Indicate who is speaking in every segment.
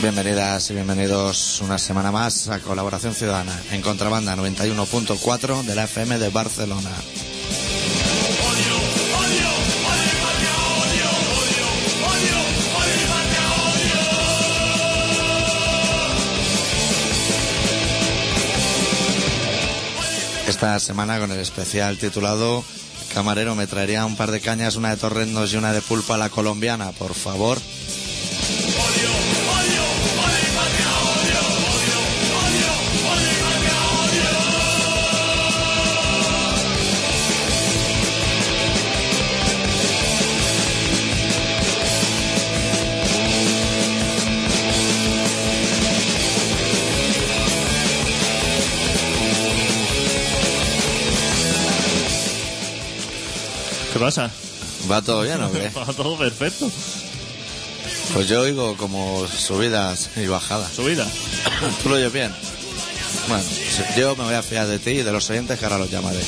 Speaker 1: Bienvenidas y bienvenidos una semana más a Colaboración Ciudadana en Contrabanda 91.4 de la FM de Barcelona. Esta semana con el especial titulado Camarero, me traería un par de cañas, una de torrendos y una de pulpa a la colombiana, por favor.
Speaker 2: ¿Qué pasa?
Speaker 1: ¿Va todo bien o qué?
Speaker 2: Va todo perfecto.
Speaker 1: Pues yo oigo como subidas y bajadas.
Speaker 2: Subida.
Speaker 1: ¿Tú lo oyes bien? Bueno, si- yo me voy a fiar de ti y de los oyentes que ahora los llamaré.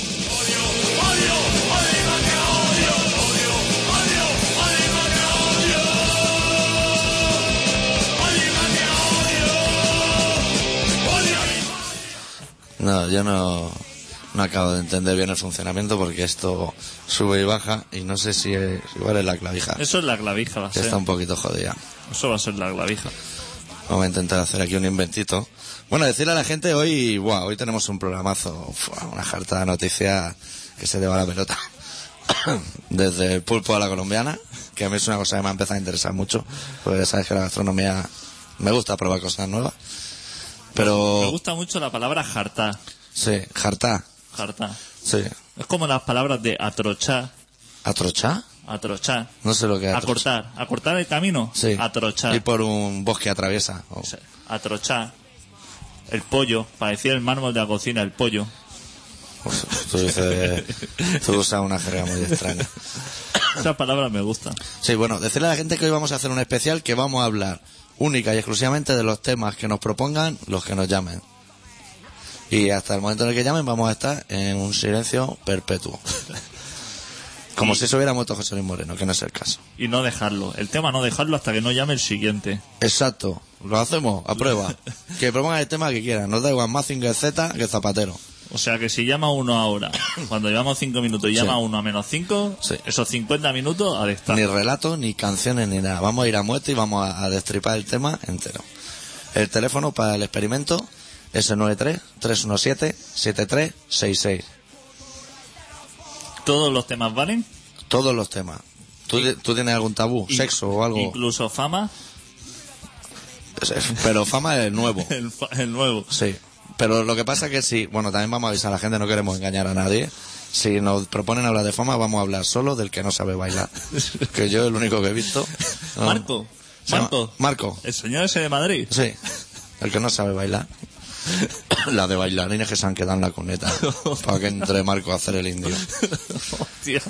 Speaker 1: No, yo no, no acabo de entender bien el funcionamiento porque esto sube y baja y no sé si es, igual es la clavija.
Speaker 2: Eso es la clavija, va a
Speaker 1: que
Speaker 2: ser.
Speaker 1: Está un poquito jodida.
Speaker 2: Eso va a ser la clavija.
Speaker 1: Vamos a intentar hacer aquí un inventito. Bueno, decirle a la gente hoy, buah, hoy tenemos un programazo, fua, una jarta de noticias que se lleva la pelota. Desde el pulpo a la colombiana, que a mí es una cosa que me ha empezado a interesar mucho, porque ya sabes que la gastronomía me gusta probar cosas nuevas.
Speaker 2: Me
Speaker 1: Pero,
Speaker 2: gusta mucho la palabra jartá.
Speaker 1: sí, jarta,
Speaker 2: Jartá.
Speaker 1: sí.
Speaker 2: Es como las palabras de atrochar,
Speaker 1: ¿Atrochá?
Speaker 2: atrochar,
Speaker 1: No sé lo que es. atrochá.
Speaker 2: acortar, acortar el camino,
Speaker 1: Sí.
Speaker 2: atrochar,
Speaker 1: Y por un bosque atraviesa. o-
Speaker 2: O sea, atrochar, el pollo, parecía el mármol de la cocina, el pollo.
Speaker 1: Uf, tú dices, tú usas una jerga muy extraña.
Speaker 2: Esas palabras me gustan.
Speaker 1: Sí, bueno, decirle a la gente que hoy vamos a hacer un especial que vamos a hablar única y exclusivamente de los temas que nos propongan los que nos llamen. Y hasta el momento en el que llamen vamos a estar en un silencio perpetuo. Como si se hubiera muerto José Luis Moreno, que no es el caso.
Speaker 2: Y no dejarlo. El tema no dejarlo hasta que no llame el siguiente.
Speaker 1: Exacto, lo hacemos a prueba. Que propongan el tema que quieran, nos da igual Mazinger Z que Zapatero.
Speaker 2: O sea que si llama uno ahora, cuando llevamos cinco minutos y llama
Speaker 1: Sí.
Speaker 2: uno a menos cinco,
Speaker 1: Sí.
Speaker 2: esos 50 minutos al estar.
Speaker 1: Ni relatos, ni canciones, ni nada. Vamos a ir a muerte y vamos a, a destripar el tema entero. El teléfono para el experimento es el 93-317-7366.
Speaker 2: Todos los temas valen.
Speaker 1: Todos los temas. ¿Tú, ti- tú tienes algún tabú?
Speaker 2: Inc-
Speaker 1: ¿Sexo o algo?
Speaker 2: Incluso fama,
Speaker 1: Pero fama es el nuevo.
Speaker 2: el, fa- el nuevo.
Speaker 1: Sí. Pero lo que pasa que sí, bueno, también vamos a avisar a la gente, no queremos engañar a nadie. Si nos proponen hablar de fama, vamos a hablar solo del que no sabe bailar. Que yo es el único que he visto. No.
Speaker 2: Marco,
Speaker 1: Ah. Se llama-
Speaker 2: Marco,
Speaker 1: Marco.
Speaker 2: el señor ese de Madrid.
Speaker 1: Sí, el que no sabe bailar. La de bailarines que se han quedado en la cuneta. Para que entre Marco a hacer el indio.
Speaker 2: Hostia.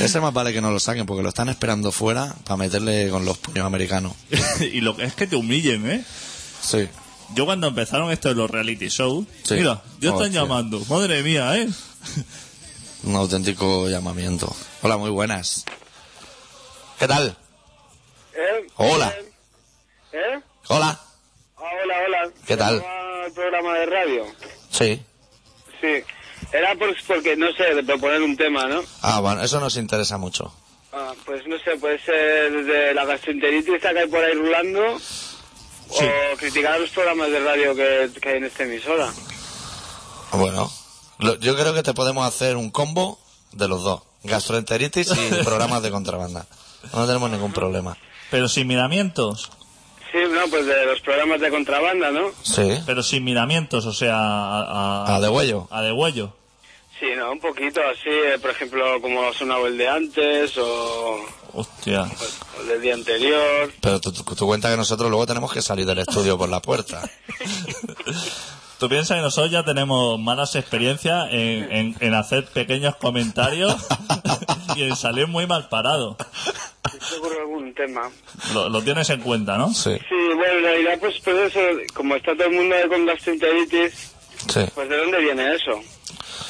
Speaker 1: Ese más vale que no lo saquen porque lo están esperando fuera para meterle con los puños americanos.
Speaker 2: y lo que es que te humillen, ¿eh?
Speaker 1: Sí.
Speaker 2: Yo cuando empezaron esto de los reality shows,
Speaker 1: Sí.
Speaker 2: mira, ya están
Speaker 1: Hostia.
Speaker 2: llamando. Madre mía, ¿eh?
Speaker 1: Un auténtico llamamiento. Hola, muy buenas. ¿Qué tal?
Speaker 3: ¿Eh?
Speaker 1: Hola.
Speaker 3: ¿Eh?
Speaker 1: Hola.
Speaker 3: Ah, hola, hola.
Speaker 1: ¿Qué tal?
Speaker 3: Programa- Programa de radio.
Speaker 1: Sí.
Speaker 3: Sí. Era por, porque, no sé, de proponer un tema, ¿no?
Speaker 1: Ah, bueno, eso nos interesa mucho.
Speaker 3: Ah, pues no sé, puede ser desde la gastroenteritis esta que hay por ahí rulando o criticar los programas de radio que, que hay en esta emisora.
Speaker 1: Bueno, lo- yo creo que te podemos hacer un combo de los dos. Gastroenteritis y programas de contrabanda. No tenemos ningún problema.
Speaker 2: Pero sin miramientos.
Speaker 3: Sí, no, pues de los programas de contrabanda, ¿no?
Speaker 1: Sí.
Speaker 2: Pero sin miramientos, o sea, a,
Speaker 1: A Ah, de huello.
Speaker 2: a degüello.
Speaker 3: Sí, no, un poquito así, eh, por ejemplo, como sonaba el de antes o,
Speaker 2: Hostia.
Speaker 3: o el del día anterior.
Speaker 1: Pero tú, tú- tú cuenta que nosotros luego tenemos que salir del estudio por la puerta.
Speaker 2: ¿Tú piensas que nosotros ya tenemos malas experiencias en, en- en hacer pequeños comentarios y en salir muy mal parado?
Speaker 3: Si se ocurre algún tema.
Speaker 2: Lo, lo tienes en cuenta, ¿no?
Speaker 1: Sí,
Speaker 3: Sí, bueno, en realidad, pues, pues eso, como está todo el mundo con gastroenteritis,
Speaker 1: sí.
Speaker 3: pues ¿de dónde viene eso?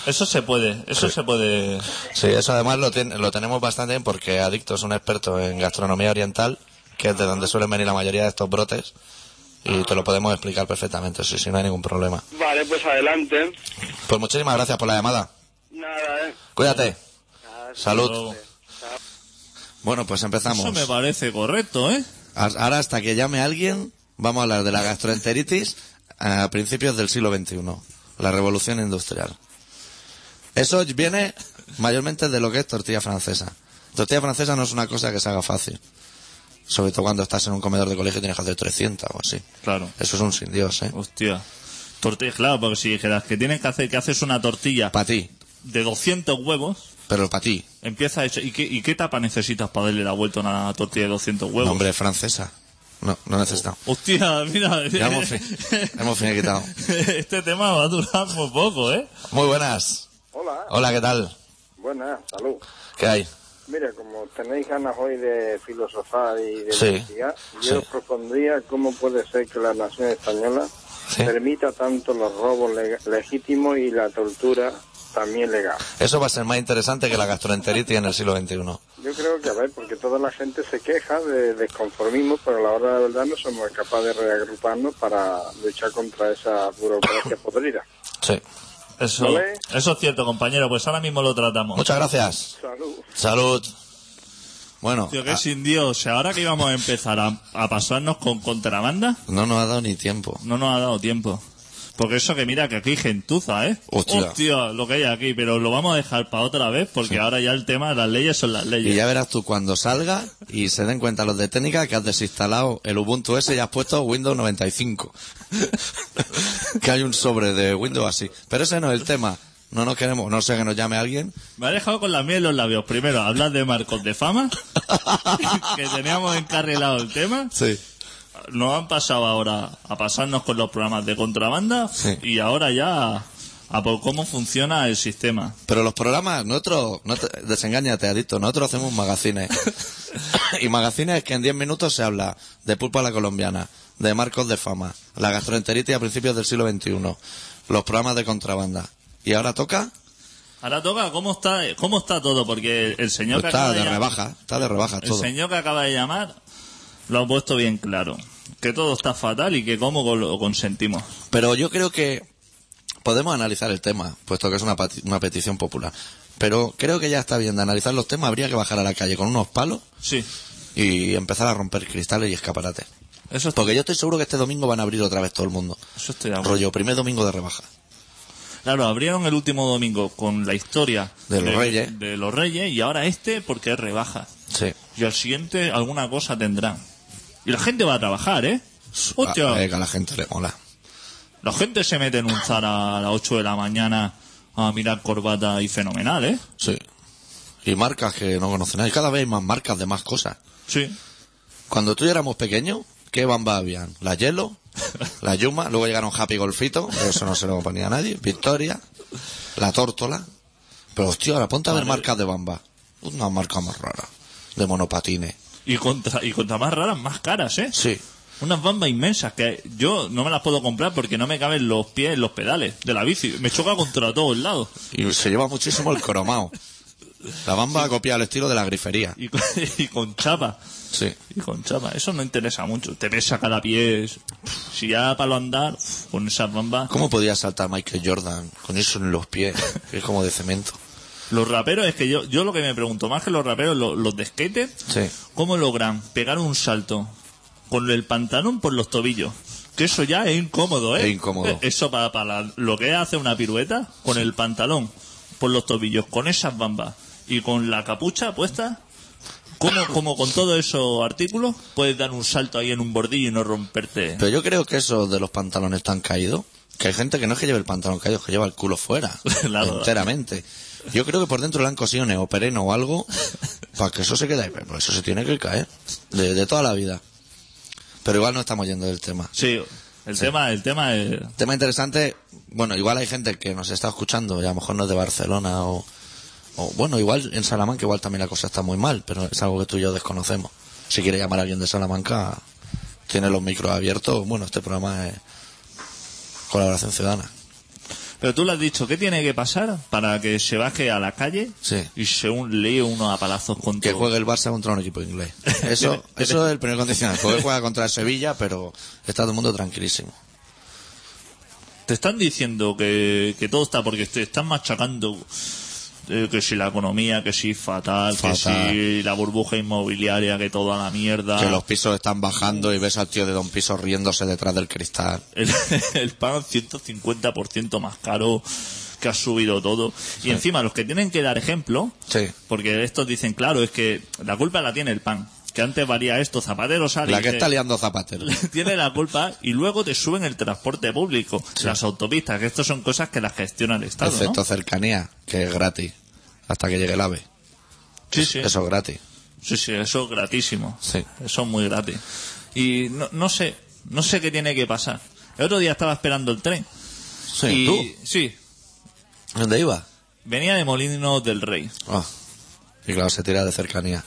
Speaker 2: Eso se puede, eso se puede.
Speaker 1: Sí, eso además lo, tien- lo tenemos bastante bien porque Adicto es un experto en gastronomía oriental, que es de donde suelen venir la mayoría de estos brotes. y te lo podemos explicar perfectamente, sí, sí, no hay ningún problema.
Speaker 3: Vale, pues adelante.
Speaker 1: Pues muchísimas gracias por la llamada.
Speaker 3: Nada, eh.
Speaker 1: Cuídate.
Speaker 3: Nada,
Speaker 1: Salud. Bueno, pues
Speaker 2: Eso me
Speaker 1: empezamos.
Speaker 2: parece correcto, ¿eh?
Speaker 1: A- Ahora hasta que llame alguien, vamos a hablar de la gastroenteritis a principios del siglo XXI, la revolución industrial. Eso viene mayormente de lo que es tortilla francesa. Tortilla francesa no es una cosa que se haga fácil. Sobre todo cuando estás en un comedor de colegio y tienes que hacer 300 o así.
Speaker 2: Claro.
Speaker 1: Eso es un sin Dios, ¿eh?
Speaker 2: Hostia. Tortilla, claro, porque si dijeras que tienes que hacer, que haces una tortilla
Speaker 1: Para ti,
Speaker 2: de 200 huevos,
Speaker 1: pero para ti.
Speaker 2: empieza a echar- ¿y qué, ¿Y qué tapa necesitas para darle la vuelta a una tortilla de 200 huevos?
Speaker 1: Nombre francesa. No, no necesitamos.
Speaker 2: Hostia, mira.
Speaker 1: Ya hemos, fin- hemos finiquitado.
Speaker 2: este tema va a durar muy poco, ¿eh?
Speaker 1: Muy buenas.
Speaker 4: Hola,
Speaker 1: Hola, ¿qué tal?
Speaker 4: buenas, salud.
Speaker 1: ¿Qué hay?
Speaker 4: Mira, como tenéis ganas hoy de filosofar y de
Speaker 1: Sí,
Speaker 4: investigar, yo
Speaker 1: sí.
Speaker 4: os propondría cómo puede ser que la nación española
Speaker 1: Sí.
Speaker 4: permita tanto los robos leg- legítimos y la tortura también legal.
Speaker 1: Eso va a ser más interesante que la gastroenteritis en el siglo XXI.
Speaker 4: Yo creo que, a ver, porque toda la gente se queja de desconformismo, pero a la hora de la verdad no somos capaces de reagruparnos para luchar contra esa burocracia podrida.
Speaker 1: Sí.
Speaker 2: Eso,
Speaker 4: Vale.
Speaker 2: eso es cierto, compañero, pues ahora mismo lo tratamos.
Speaker 1: Muchas gracias.
Speaker 4: Salud.
Speaker 1: Salud. Bueno,
Speaker 2: Tío, que
Speaker 1: ah,
Speaker 2: sin Dios, o sea, ahora que íbamos a empezar a, a pasarnos con contrabanda,
Speaker 1: no nos ha dado ni tiempo.
Speaker 2: no nos ha dado tiempo. Porque eso que mira, que aquí hay gentuza, ¿eh?
Speaker 1: Hostia.
Speaker 2: lo que hay aquí, pero lo vamos a dejar para otra vez porque ahora ya el tema de las leyes son las
Speaker 1: Y
Speaker 2: leyes.
Speaker 1: ya verás tú cuando salga y se den cuenta los de técnica que has desinstalado el Ubuntu S y has puesto Windows 95. que hay un sobre de Windows así. Pero ese no es el tema. No nos queremos, no sé que nos llame alguien.
Speaker 2: Me ha dejado con la miel en los labios. Primero, hablar de Marcos de Fama, que teníamos encarrilado el tema.
Speaker 1: Sí.
Speaker 2: Nos han pasado ahora a pasarnos con los programas de contrabanda
Speaker 1: Sí.
Speaker 2: y ahora ya a por cómo funciona el sistema.
Speaker 1: Pero los programas, nosotros, no te- desengáñate, adicto, nosotros hacemos magazines. y magazines que en 10 minutos se habla de pulpa a la colombiana, de marcos de fama, la gastroenteritis a principios del siglo XXI, los programas de contrabanda. Y ahora toca,
Speaker 2: Ahora toca, ¿cómo está, cómo está todo? Porque el, el señor
Speaker 1: pues
Speaker 2: que
Speaker 1: está
Speaker 2: acaba
Speaker 1: de
Speaker 2: llam-
Speaker 1: rebaja, está de rebaja
Speaker 2: el
Speaker 1: todo.
Speaker 2: señor que acaba de llamar lo ha puesto bien claro. Que todo está fatal y que cómo lo consentimos.
Speaker 1: Pero yo creo que podemos analizar el tema, puesto que es una, pati- una petición popular. Pero creo que ya está bien de analizar los temas, habría que bajar a la calle con unos palos
Speaker 2: Sí,
Speaker 1: y empezar a romper cristales y escaparates.
Speaker 2: eso, Ah,
Speaker 1: Porque yo estoy seguro que este domingo van a abrir otra vez todo el mundo.
Speaker 2: eso estoy de acuerdo.
Speaker 1: Rollo, primer domingo de rebaja.
Speaker 2: Claro, abrieron el último domingo con la historia
Speaker 1: De los Reyes.
Speaker 2: de los Reyes y ahora este porque es rebaja.
Speaker 1: Sí.
Speaker 2: Y al siguiente alguna cosa tendrán. Y la gente va a trabajar, ¿eh? Hostia,
Speaker 1: A, eh, que a la gente le mola.
Speaker 2: la gente se mete en un Zara a las 8 de la mañana a mirar corbata y fenomenal, ¿eh?
Speaker 1: Sí. Y marcas que no conocen. nadie. cada vez hay más marcas de más cosas.
Speaker 2: Sí.
Speaker 1: Cuando tú y yo éramos pequeños, ¿qué bamba habían? La Hielo, la Yuma, luego llegaron Happy Golfito, pero eso no se lo ponía a nadie. Victoria, la Tórtola. Pero hostia, ahora ponte a ver marcas de bamba. Una marca más rara. De monopatines.
Speaker 2: Y contra, y contra más raras, más caras, ¿eh?
Speaker 1: Sí.
Speaker 2: Unas bambas inmensas que yo no me las puedo comprar porque no me caben los pies en los pedales de la bici. Me choca contra todos lados.
Speaker 1: Y se lleva muchísimo el cromado. La bamba ha copiado el estilo de la grifería.
Speaker 2: Y con, y con chapa.
Speaker 1: Sí.
Speaker 2: Y con chapa. Eso no interesa mucho. Te pesa cada pie. Si ya para lo andar, con esas bambas.
Speaker 1: ¿Cómo podía saltar Michael Jordan con eso en los pies? Que es como de cemento.
Speaker 2: Los raperos, es que yo, yo lo que me pregunto más que los raperos, lo- los de skate,
Speaker 1: Sí.
Speaker 2: ¿cómo logran pegar un salto con el pantalón por los tobillos? Que eso ya es incómodo, ¿eh?
Speaker 1: Es incómodo.
Speaker 2: Eh, Eso para, para la- lo que es hacer una pirueta con el pantalón por los tobillos, con esas bambas y con la capucha puesta. ¿Cómo, cómo con todos esos artículos puedes dar un salto ahí en un bordillo y no romperte?
Speaker 1: Pero yo creo que eso de los pantalones tan caídos, que hay gente que no es que lleve el pantalón caído, es que lleva el culo fuera.
Speaker 2: Claro.
Speaker 1: Enteramente. Yo creo que por dentro le han cosido neopreno o algo, para que eso se quede ahí. Pero eso se tiene que caer. De, de toda la vida. Pero igual no estamos yendo del tema.
Speaker 2: Sí, el tema, el tema es...
Speaker 1: Tema interesante, bueno, igual hay gente que nos está escuchando y a lo mejor no es de Barcelona o, o, bueno, igual en Salamanca igual también la cosa está muy mal, pero es algo que tú y yo desconocemos. Si quiere llamar a alguien de Salamanca, tiene los micros abiertos. Bueno, este programa es colaboración ciudadana.
Speaker 2: Pero tú le has dicho, ¿qué tiene que pasar para que se baje a la calle
Speaker 1: Sí.
Speaker 2: y se un, líe uno a palazos con
Speaker 1: Que
Speaker 2: todo?
Speaker 1: juegue el Barça contra un equipo inglés. Eso, eso es el primer condicional. Porque juega contra el Sevilla, pero está todo el mundo tranquilísimo.
Speaker 2: Te están diciendo que, que todo está porque te están machacando eh, que si la economía, que si fatal,
Speaker 1: Fatal.
Speaker 2: que si la burbuja inmobiliaria, que toda la mierda.
Speaker 1: Que los pisos están bajando y ves al tío de Don Piso riéndose detrás del cristal.
Speaker 2: El, el pan 150% más caro que ha subido todo. Y encima los que tienen que dar ejemplo,
Speaker 1: Sí.
Speaker 2: porque estos dicen, claro, es que la culpa la tiene el pan. Que antes valía esto, Zapatero sale.
Speaker 1: La
Speaker 2: y
Speaker 1: que
Speaker 2: dice,
Speaker 1: está liando Zapatero.
Speaker 2: tiene la culpa y luego te suben el transporte público, las autopistas, que estas son cosas que las gestiona el Estado, ¿no?
Speaker 1: Excepto cercanía, que es gratis. Hasta que llegue el AVE.
Speaker 2: Sí, sí.
Speaker 1: Eso es gratis.
Speaker 2: Sí, sí, eso es gratísimo.
Speaker 1: Sí.
Speaker 2: Eso es muy gratis. Y no, no sé, no sé qué tiene que pasar. El otro día estaba esperando el tren.
Speaker 1: Sí.
Speaker 2: y,
Speaker 1: ¿Tú?
Speaker 2: Sí,
Speaker 1: ¿Dónde iba?
Speaker 2: venía de Molinos del Rey.
Speaker 1: Ah. Y claro, se tira de cercanía.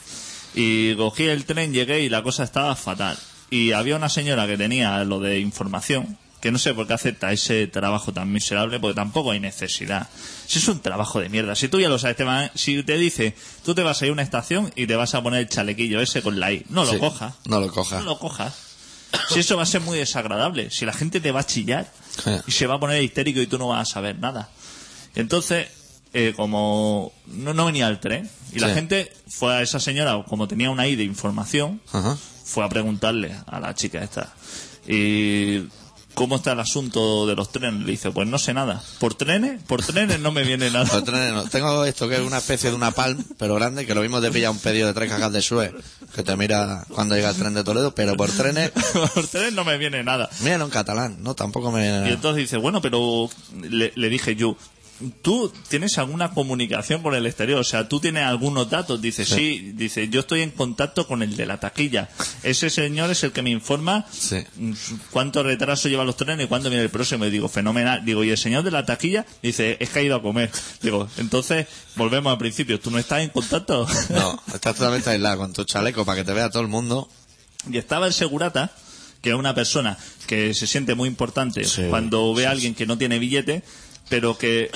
Speaker 2: Y cogí el tren, llegué y la cosa estaba fatal. Y había una señora que tenía lo de información, que no sé por qué acepta ese trabajo tan miserable, porque tampoco hay necesidad. Si es un trabajo de mierda, si tú ya lo sabes, te va- si te dice, tú te vas a ir a una estación y te vas a poner el chalequillo ese con la I, no lo
Speaker 1: Sí.
Speaker 2: cojas.
Speaker 1: No lo coja.
Speaker 2: No lo cojas. Si eso va a ser muy desagradable, si la gente te va a chillar y se va a poner histérico y tú no vas a saber nada. Entonces, eh, como no, no venía el tren, y la
Speaker 1: Sí.
Speaker 2: gente fue a esa señora, como tenía una I de información,
Speaker 1: Ajá.
Speaker 2: fue a preguntarle a la chica esta. Y. ¿Cómo está el asunto de los trenes? Le dice, pues no sé nada. ¿Por trenes? Por trenes no me viene nada.
Speaker 1: Los trenes Pues no. Tengo esto que es una especie de una palm, pero grande, que lo mismo te pilla un pedido de tres cajas de Suez, que te mira cuando llega el tren de Toledo, pero por trenes,
Speaker 2: Por trenes no me viene nada.
Speaker 1: míralo en catalán, no, tampoco me viene
Speaker 2: Y
Speaker 1: nada.
Speaker 2: entonces dice, bueno, pero le, le dije yo, ¿tú tienes alguna comunicación con el exterior? O sea, ¿tú tienes algunos datos? Dice, sí, dice, yo estoy en contacto con el de la taquilla. Ese señor es el que me informa
Speaker 1: Sí.
Speaker 2: mm, cuánto retraso lleva los trenes y cuándo viene el próximo. Y digo, fenomenal. Digo, ¿y el señor de la taquilla? Dice, es que ha ido a comer. Digo, entonces, volvemos al principio, ¿tú no estás en contacto?
Speaker 1: No, estás totalmente aislado con tu chaleco para que te vea todo el mundo.
Speaker 2: Y estaba el segurata, que es una persona que se siente muy importante
Speaker 1: Sí,
Speaker 2: cuando ve
Speaker 1: sí,
Speaker 2: a alguien que no tiene billete, pero que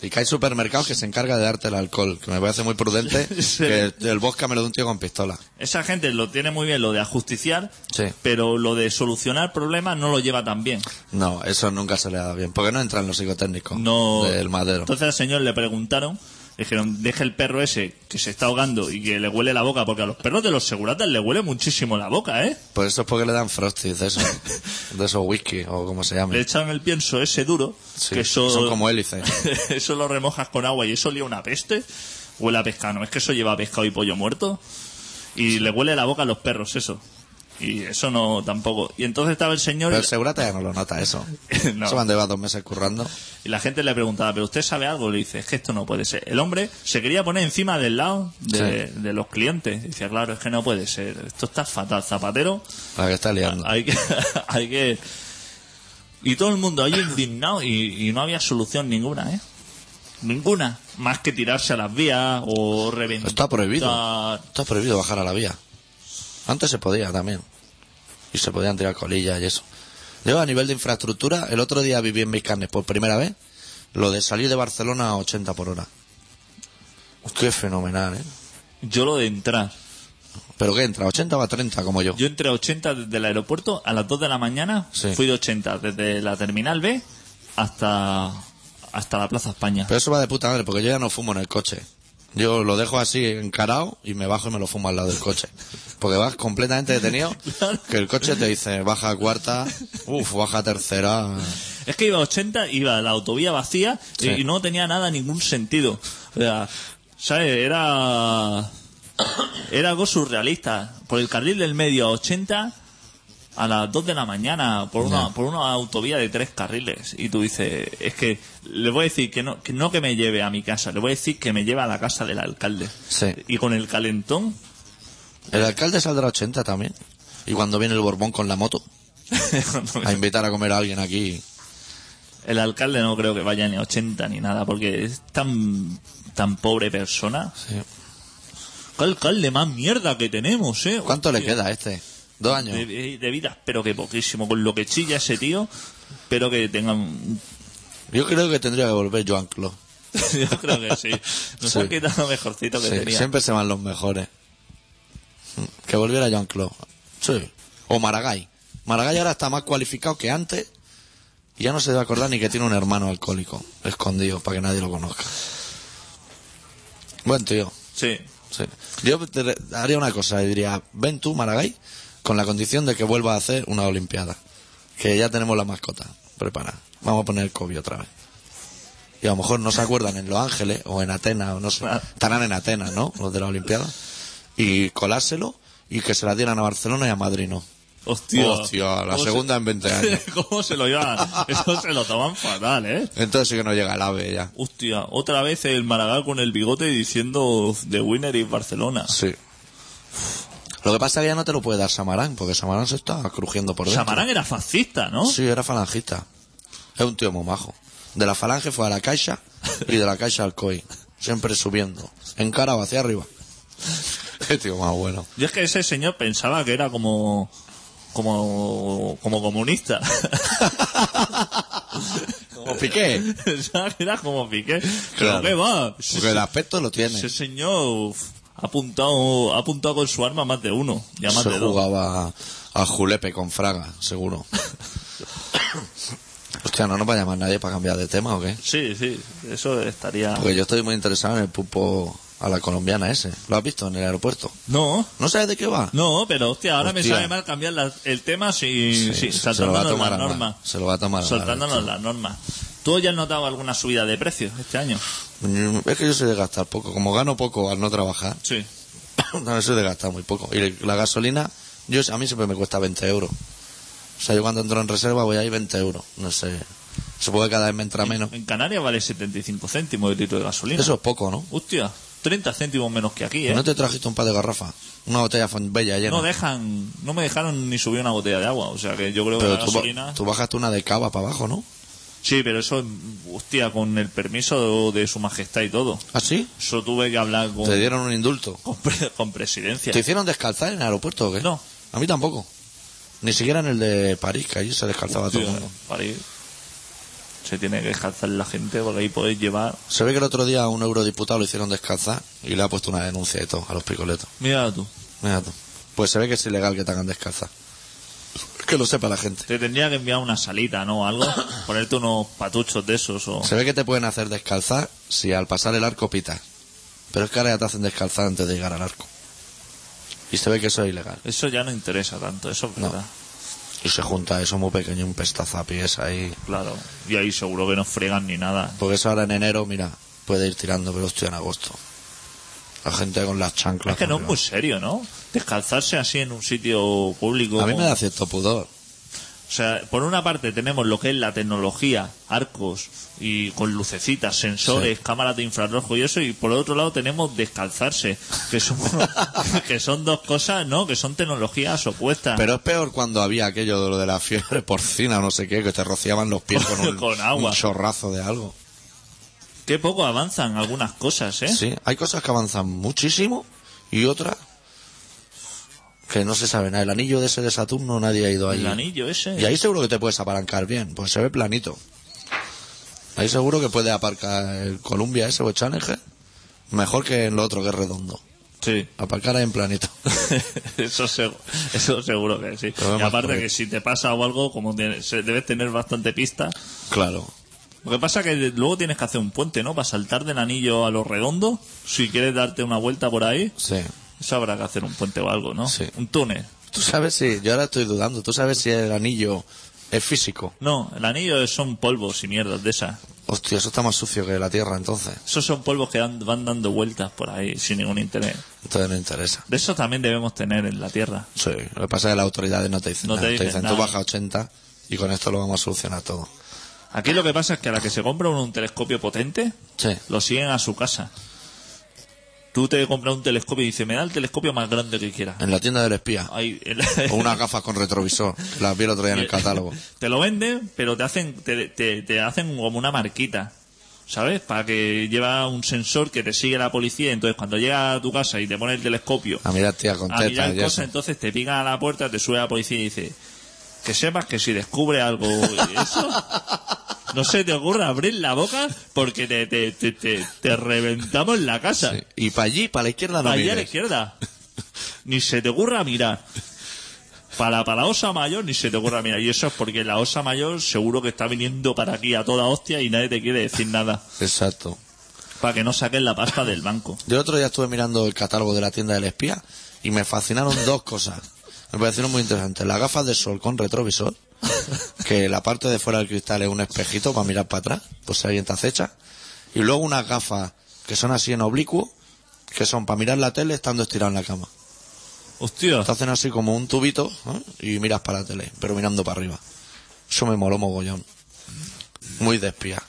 Speaker 1: Y que hay supermercados que se encarga de darte el alcohol, que me parece muy prudente,
Speaker 2: Sí.
Speaker 1: que el bosque me lo de un tío con pistola.
Speaker 2: esa gente lo tiene muy bien, lo de ajusticiar,
Speaker 1: Sí.
Speaker 2: pero lo de solucionar problemas no lo lleva tan bien.
Speaker 1: No, eso nunca se le da bien, porque no entran los psicotécnicos
Speaker 2: No.
Speaker 1: del madero.
Speaker 2: Entonces al señor le preguntaron, le dijeron, deja el perro ese que se está ahogando y que le huele la boca, porque a los perros de los seguratas le huele muchísimo la boca, ¿eh?
Speaker 1: Por eso es porque le dan frosty de esos, de esos whisky, o como se
Speaker 2: Le
Speaker 1: llame.
Speaker 2: echaron el pienso ese duro,
Speaker 1: Sí,
Speaker 2: que eso,
Speaker 1: Son como hélices.
Speaker 2: eso lo remojas con agua y eso olía una peste. Huele a pescado, ¿no? es que eso lleva pescado y pollo muerto. Y le huele la boca a los perros, eso. Y eso no, tampoco. Y entonces estaba el señor.
Speaker 1: Pero
Speaker 2: y-
Speaker 1: el segurata ya no lo nota eso.
Speaker 2: No.
Speaker 1: Eso cuando lleva dos meses currando.
Speaker 2: Y la gente le preguntaba, ¿pero usted sabe algo? Le dice, es que esto no puede ser. El hombre se quería poner encima del lado de, de los clientes. Dice, claro, es que no puede ser. Esto está fatal, zapatero.
Speaker 1: La que está liando.
Speaker 2: Hay que... hay que... Y todo el mundo ahí indignado y, y no había solución ninguna, ¿eh? Ninguna. Más que tirarse a las vías o reventar...
Speaker 1: Está prohibido. Está prohibido bajar a la vía. Antes se podía también. Y se podían tirar colillas y eso. Yo a nivel de infraestructura, el otro día viví en mis carnes por primera vez lo de salir de Barcelona a 80 por hora. Qué fenomenal, ¿eh?
Speaker 2: Yo lo de entrar.
Speaker 1: Pero que entra, 80 va a 30 como yo.
Speaker 2: Yo entré a 80 desde el aeropuerto a las 2 de la mañana.
Speaker 1: Sí.
Speaker 2: Fui de 80 desde la terminal B hasta, hasta la Plaza España.
Speaker 1: Pero eso va de puta madre, porque yo ya no fumo en el coche. Yo lo dejo así encarado y me bajo y me lo fumo al lado del coche. Porque vas completamente detenido, que el coche te dice baja a cuarta, uff, baja a tercera.
Speaker 2: Es que iba a 80, iba a la autovía vacía y-
Speaker 1: Sí.
Speaker 2: y, no tenía nada, ningún sentido. O sea, ¿sabes? Era. Era algo surrealista. Por el carril del medio a 80, a las 2 de la mañana, por una, por una autovía de tres carriles. Y tú dices, es que le voy a decir que no, que no que me lleve a mi casa, le voy a decir que me lleve a la casa del alcalde.
Speaker 1: Sí.
Speaker 2: Y con el calentón,
Speaker 1: El alcalde saldrá 80 también. Y cuando viene el Borbón con la moto a invitar a comer a alguien aquí.
Speaker 2: El alcalde no creo que vaya ni a 80 ni nada, porque es tan, tan pobre persona.
Speaker 1: Sí.
Speaker 2: ¡Qué alcalde más mierda que tenemos, eh!
Speaker 1: ¿Cuánto le
Speaker 2: Hostia.
Speaker 1: queda a este? ¿Dos
Speaker 2: De,
Speaker 1: años?
Speaker 2: de- de vida, pero que poquísimo. Con lo que chilla ese tío, pero que tengan
Speaker 1: Yo creo que tendría que volver Joan Clos.
Speaker 2: Yo creo que sí. Nos
Speaker 1: Sí.
Speaker 2: han quitado lo mejorcito que
Speaker 1: Sí,
Speaker 2: tenía.
Speaker 1: siempre se van los mejores. Mm, Que volviera Joan Clos. Sí. O Maragall. Maragall ahora está más cualificado que antes. Y ya no se debe acordar ni que tiene un hermano alcohólico escondido para que nadie lo conozca. Buen tío.
Speaker 2: Sí.
Speaker 1: Sí. Yo te re- haría una cosa, y diría, ven tú, Maragall, con la condición de que vuelva a hacer una Olimpiada. Que ya tenemos la mascota preparada. Vamos a poner el Kobe otra vez. Y a lo mejor no se acuerdan en Los Ángeles o en Atenas, o no sé.
Speaker 2: Ah.
Speaker 1: Estarán en Atenas, ¿no? Los de la Olimpiada. Y colárselo y que se la dieran a Barcelona y a Madrid, ¿no?
Speaker 2: Hostia.
Speaker 1: Hostia, la
Speaker 2: ¿Cómo se-
Speaker 1: segunda en 20 años.
Speaker 2: ¿Cómo se lo llevan? Eso se lo toman fatal, ¿eh?
Speaker 1: Entonces sí que no llega el AVE ya.
Speaker 2: Hostia, otra vez el Maragall con el bigote diciendo The Winner is Barcelona.
Speaker 1: Sí. Lo que pasa es que ya no te lo puede dar Samarán, porque Samarán se está crujiendo por dentro.
Speaker 2: Samarán era fascista, ¿no?
Speaker 1: Sí, era falangista. Es un tío muy majo. De la falange fue a la caixa y de la caixa al COI. Siempre subiendo. En cara o hacia arriba. Qué tío más bueno.
Speaker 2: Yo es que ese señor pensaba que era como. como. como comunista.
Speaker 1: Como Piqué.
Speaker 2: Pensaba que era como Piqué. Pero
Speaker 1: Claro.
Speaker 2: qué va.
Speaker 1: Porque el aspecto lo tiene.
Speaker 2: Ese señor uf, ha apuntado, ha apuntado con su arma a más de uno, y a más
Speaker 1: Se
Speaker 2: de dos.
Speaker 1: jugaba a, a Julepe con Fraga, seguro. Hostia, no nos va a llamar nadie para cambiar de tema o qué.
Speaker 2: Sí, sí, eso estaría.
Speaker 1: Porque yo estoy muy interesado en el pulpo a la colombiana ese. ¿Lo has visto en el aeropuerto?
Speaker 2: No,
Speaker 1: ¿No sabes de qué va?
Speaker 2: no, pero hostia, ahora
Speaker 1: Hostia.
Speaker 2: me sabe mal cambiar la- el tema si, si-
Speaker 1: se- se lo va a
Speaker 2: saltándonos
Speaker 1: tomar
Speaker 2: las
Speaker 1: a mal.
Speaker 2: normas.
Speaker 1: Se lo va a tomar a mal,
Speaker 2: Saltándonos
Speaker 1: esto.
Speaker 2: las normas. ¿Tú ya has notado alguna subida de precios este año?
Speaker 1: Mm, Es que yo soy de gastar poco. Como gano poco al no trabajar,
Speaker 2: Sí.
Speaker 1: No, eso de gastar muy poco. Y la gasolina, yo a mí siempre me cuesta 20 euros. O sea, yo cuando entro en reserva voy ahí 20 euros. No sé. Supongo que cada vez me entra menos.
Speaker 2: En Canarias vale 75 céntimos el litro de gasolina.
Speaker 1: Eso es poco, ¿no?
Speaker 2: Hostia, 30 céntimos menos que aquí, ¿eh?
Speaker 1: ¿No te trajiste un par de garrafas? Una botella bella llena.
Speaker 2: No dejan, no me dejaron ni subir una botella de agua, o sea que yo creo que
Speaker 1: Pero
Speaker 2: la
Speaker 1: tú,
Speaker 2: gasolina...
Speaker 1: tú bajaste una de cava para abajo, ¿no?
Speaker 2: Sí, pero eso, hostia, con el permiso de su majestad y todo.
Speaker 1: ¿Ah, sí?
Speaker 2: Eso tuve que hablar con,
Speaker 1: Te dieron un indulto.
Speaker 2: con, pre- con presidencia.
Speaker 1: ¿Te hicieron descalzar en el aeropuerto o qué?
Speaker 2: No.
Speaker 1: A mí tampoco. Ni siquiera en el de París, que allí se descalzaba todo
Speaker 2: Hostia,
Speaker 1: el mundo.
Speaker 2: para ir. Se tiene que descalzar la gente porque ahí podéis llevar...
Speaker 1: Se ve que el otro día a un eurodiputado lo hicieron descalzar y le ha puesto una denuncia y todo a los picoletos.
Speaker 2: Mira tú,
Speaker 1: Mira tú. Pues se ve que es ilegal que te hagan descalza. Que lo sepa la gente.
Speaker 2: te tendría que enviar una salita, ¿no? Algo, ponerte unos patuchos de esos o...
Speaker 1: Se ve que te pueden hacer descalzar si al pasar el arco pitas. Pero es que ahora ya te hacen descalzar antes de llegar al arco. Y se ve que eso es ilegal.
Speaker 2: Eso ya no interesa tanto, eso es
Speaker 1: No.
Speaker 2: verdad.
Speaker 1: Y se junta eso muy pequeño, un pestazapiés ahí.
Speaker 2: Claro, y ahí seguro que no fregan ni nada.
Speaker 1: Porque eso ahora en enero, mira, puede ir tirando, pero estoy en agosto. La gente con las chanclas.
Speaker 2: Es que no es
Speaker 1: arriba.
Speaker 2: muy serio, ¿no? Descalzarse así en un sitio público.
Speaker 1: A mí me
Speaker 2: como-
Speaker 1: da cierto pudor.
Speaker 2: O sea, por una parte tenemos lo que es la tecnología, arcos y con lucecitas, sensores, cámaras de infrarrojo y eso, y por otro lado tenemos descalzarse, que son que son dos cosas, ¿no? Que son tecnologías opuestas.
Speaker 1: Pero es peor cuando había aquello de lo de la fiebre porcina o no sé qué, que te rociaban los pies con un,
Speaker 2: Con agua.
Speaker 1: un chorrazo de algo.
Speaker 2: Qué poco avanzan algunas cosas, ¿eh?
Speaker 1: Sí, hay cosas que avanzan muchísimo y otras que no se sabe nada. El anillo de ese de Saturno nadie ha ido ahí.
Speaker 2: El anillo ese.
Speaker 1: Y ahí seguro que te puedes apalancar bien, porque se ve planito. Ahí seguro que puedes aparcar el Columbia ese o el Challenger mejor que en lo otro que es redondo.
Speaker 2: Sí.
Speaker 1: Aparcar ahí en planito.
Speaker 2: eso, seg- eso seguro que sí.
Speaker 1: Pero
Speaker 2: Y
Speaker 1: vamos por
Speaker 2: aparte
Speaker 1: ahí.
Speaker 2: que si te pasa o algo, como tienes- se- debes tener bastante pista.
Speaker 1: Claro.
Speaker 2: Lo que pasa que luego tienes que hacer un puente, ¿no? Para saltar del anillo a lo redondo, si quieres darte una vuelta por ahí.
Speaker 1: Sí.
Speaker 2: Eso habrá que hacer un puente o algo, ¿no?
Speaker 1: Sí.
Speaker 2: Un túnel.
Speaker 1: Tú sabes si, yo ahora estoy dudando, tú sabes si el anillo es físico.
Speaker 2: No, el anillo son polvos y mierdas de esas.
Speaker 1: Hostia, eso está más sucio que la Tierra entonces.
Speaker 2: Esos son polvos que dan- van dando vueltas por ahí sin ningún interés.
Speaker 1: Entonces no interesa.
Speaker 2: De eso también debemos tener en la Tierra.
Speaker 1: Sí, lo que pasa es que las autoridades no te dicen
Speaker 2: No
Speaker 1: nada.
Speaker 2: te dicen
Speaker 1: tú
Speaker 2: nada.
Speaker 1: baja 80 y con esto lo vamos a solucionar todo.
Speaker 2: Aquí lo que pasa es que a la que se compra uno un telescopio potente,
Speaker 1: Sí.
Speaker 2: lo siguen a su casa. Tú te compras un telescopio y dices, me da el telescopio más grande que quieras.
Speaker 1: En la tienda del espía.
Speaker 2: Ahí, el-
Speaker 1: O unas gafas con retrovisor. que Las vi el otro día en el catálogo.
Speaker 2: Te lo venden, pero te hacen, te, te- te hacen como una marquita, ¿sabes? Para que lleva un sensor que te sigue la policía. Entonces, cuando llega a tu casa y te pone el telescopio
Speaker 1: A mirar tía con
Speaker 2: a mirar
Speaker 1: tetas y
Speaker 2: cosas,
Speaker 1: eso.
Speaker 2: entonces te pican a la puerta, te sube la policía y dice que sepas que si descubre algo y eso, No se te ocurra abrir la boca porque te, te, te, te, te reventamos la casa.
Speaker 1: Sí. Y para allí, para la izquierda Ah, no
Speaker 2: Allí a la
Speaker 1: mires.
Speaker 2: izquierda. Ni se te ocurra mirar. Para, para la osa mayor ni se te ocurra mirar. Y eso es porque la osa mayor seguro que está viniendo para aquí a toda hostia y nadie te quiere decir nada.
Speaker 1: Exacto.
Speaker 2: Para que no saques la pasta del banco.
Speaker 1: Yo el otro día estuve mirando el catálogo de la tienda del espía y me fascinaron dos cosas. Me parecieron muy interesantes. Las gafas de sol con retrovisor, que la parte de fuera del cristal es un espejito para mirar para atrás, pues si alguien te acecha. Y luego unas gafas que son así en oblicuo, que son para mirar la tele estando estirado en la cama.
Speaker 2: Hostia.
Speaker 1: Te hacen así como un tubito ¿no? y miras para la tele, pero mirando para arriba. Eso me moló mogollón. Muy de espía.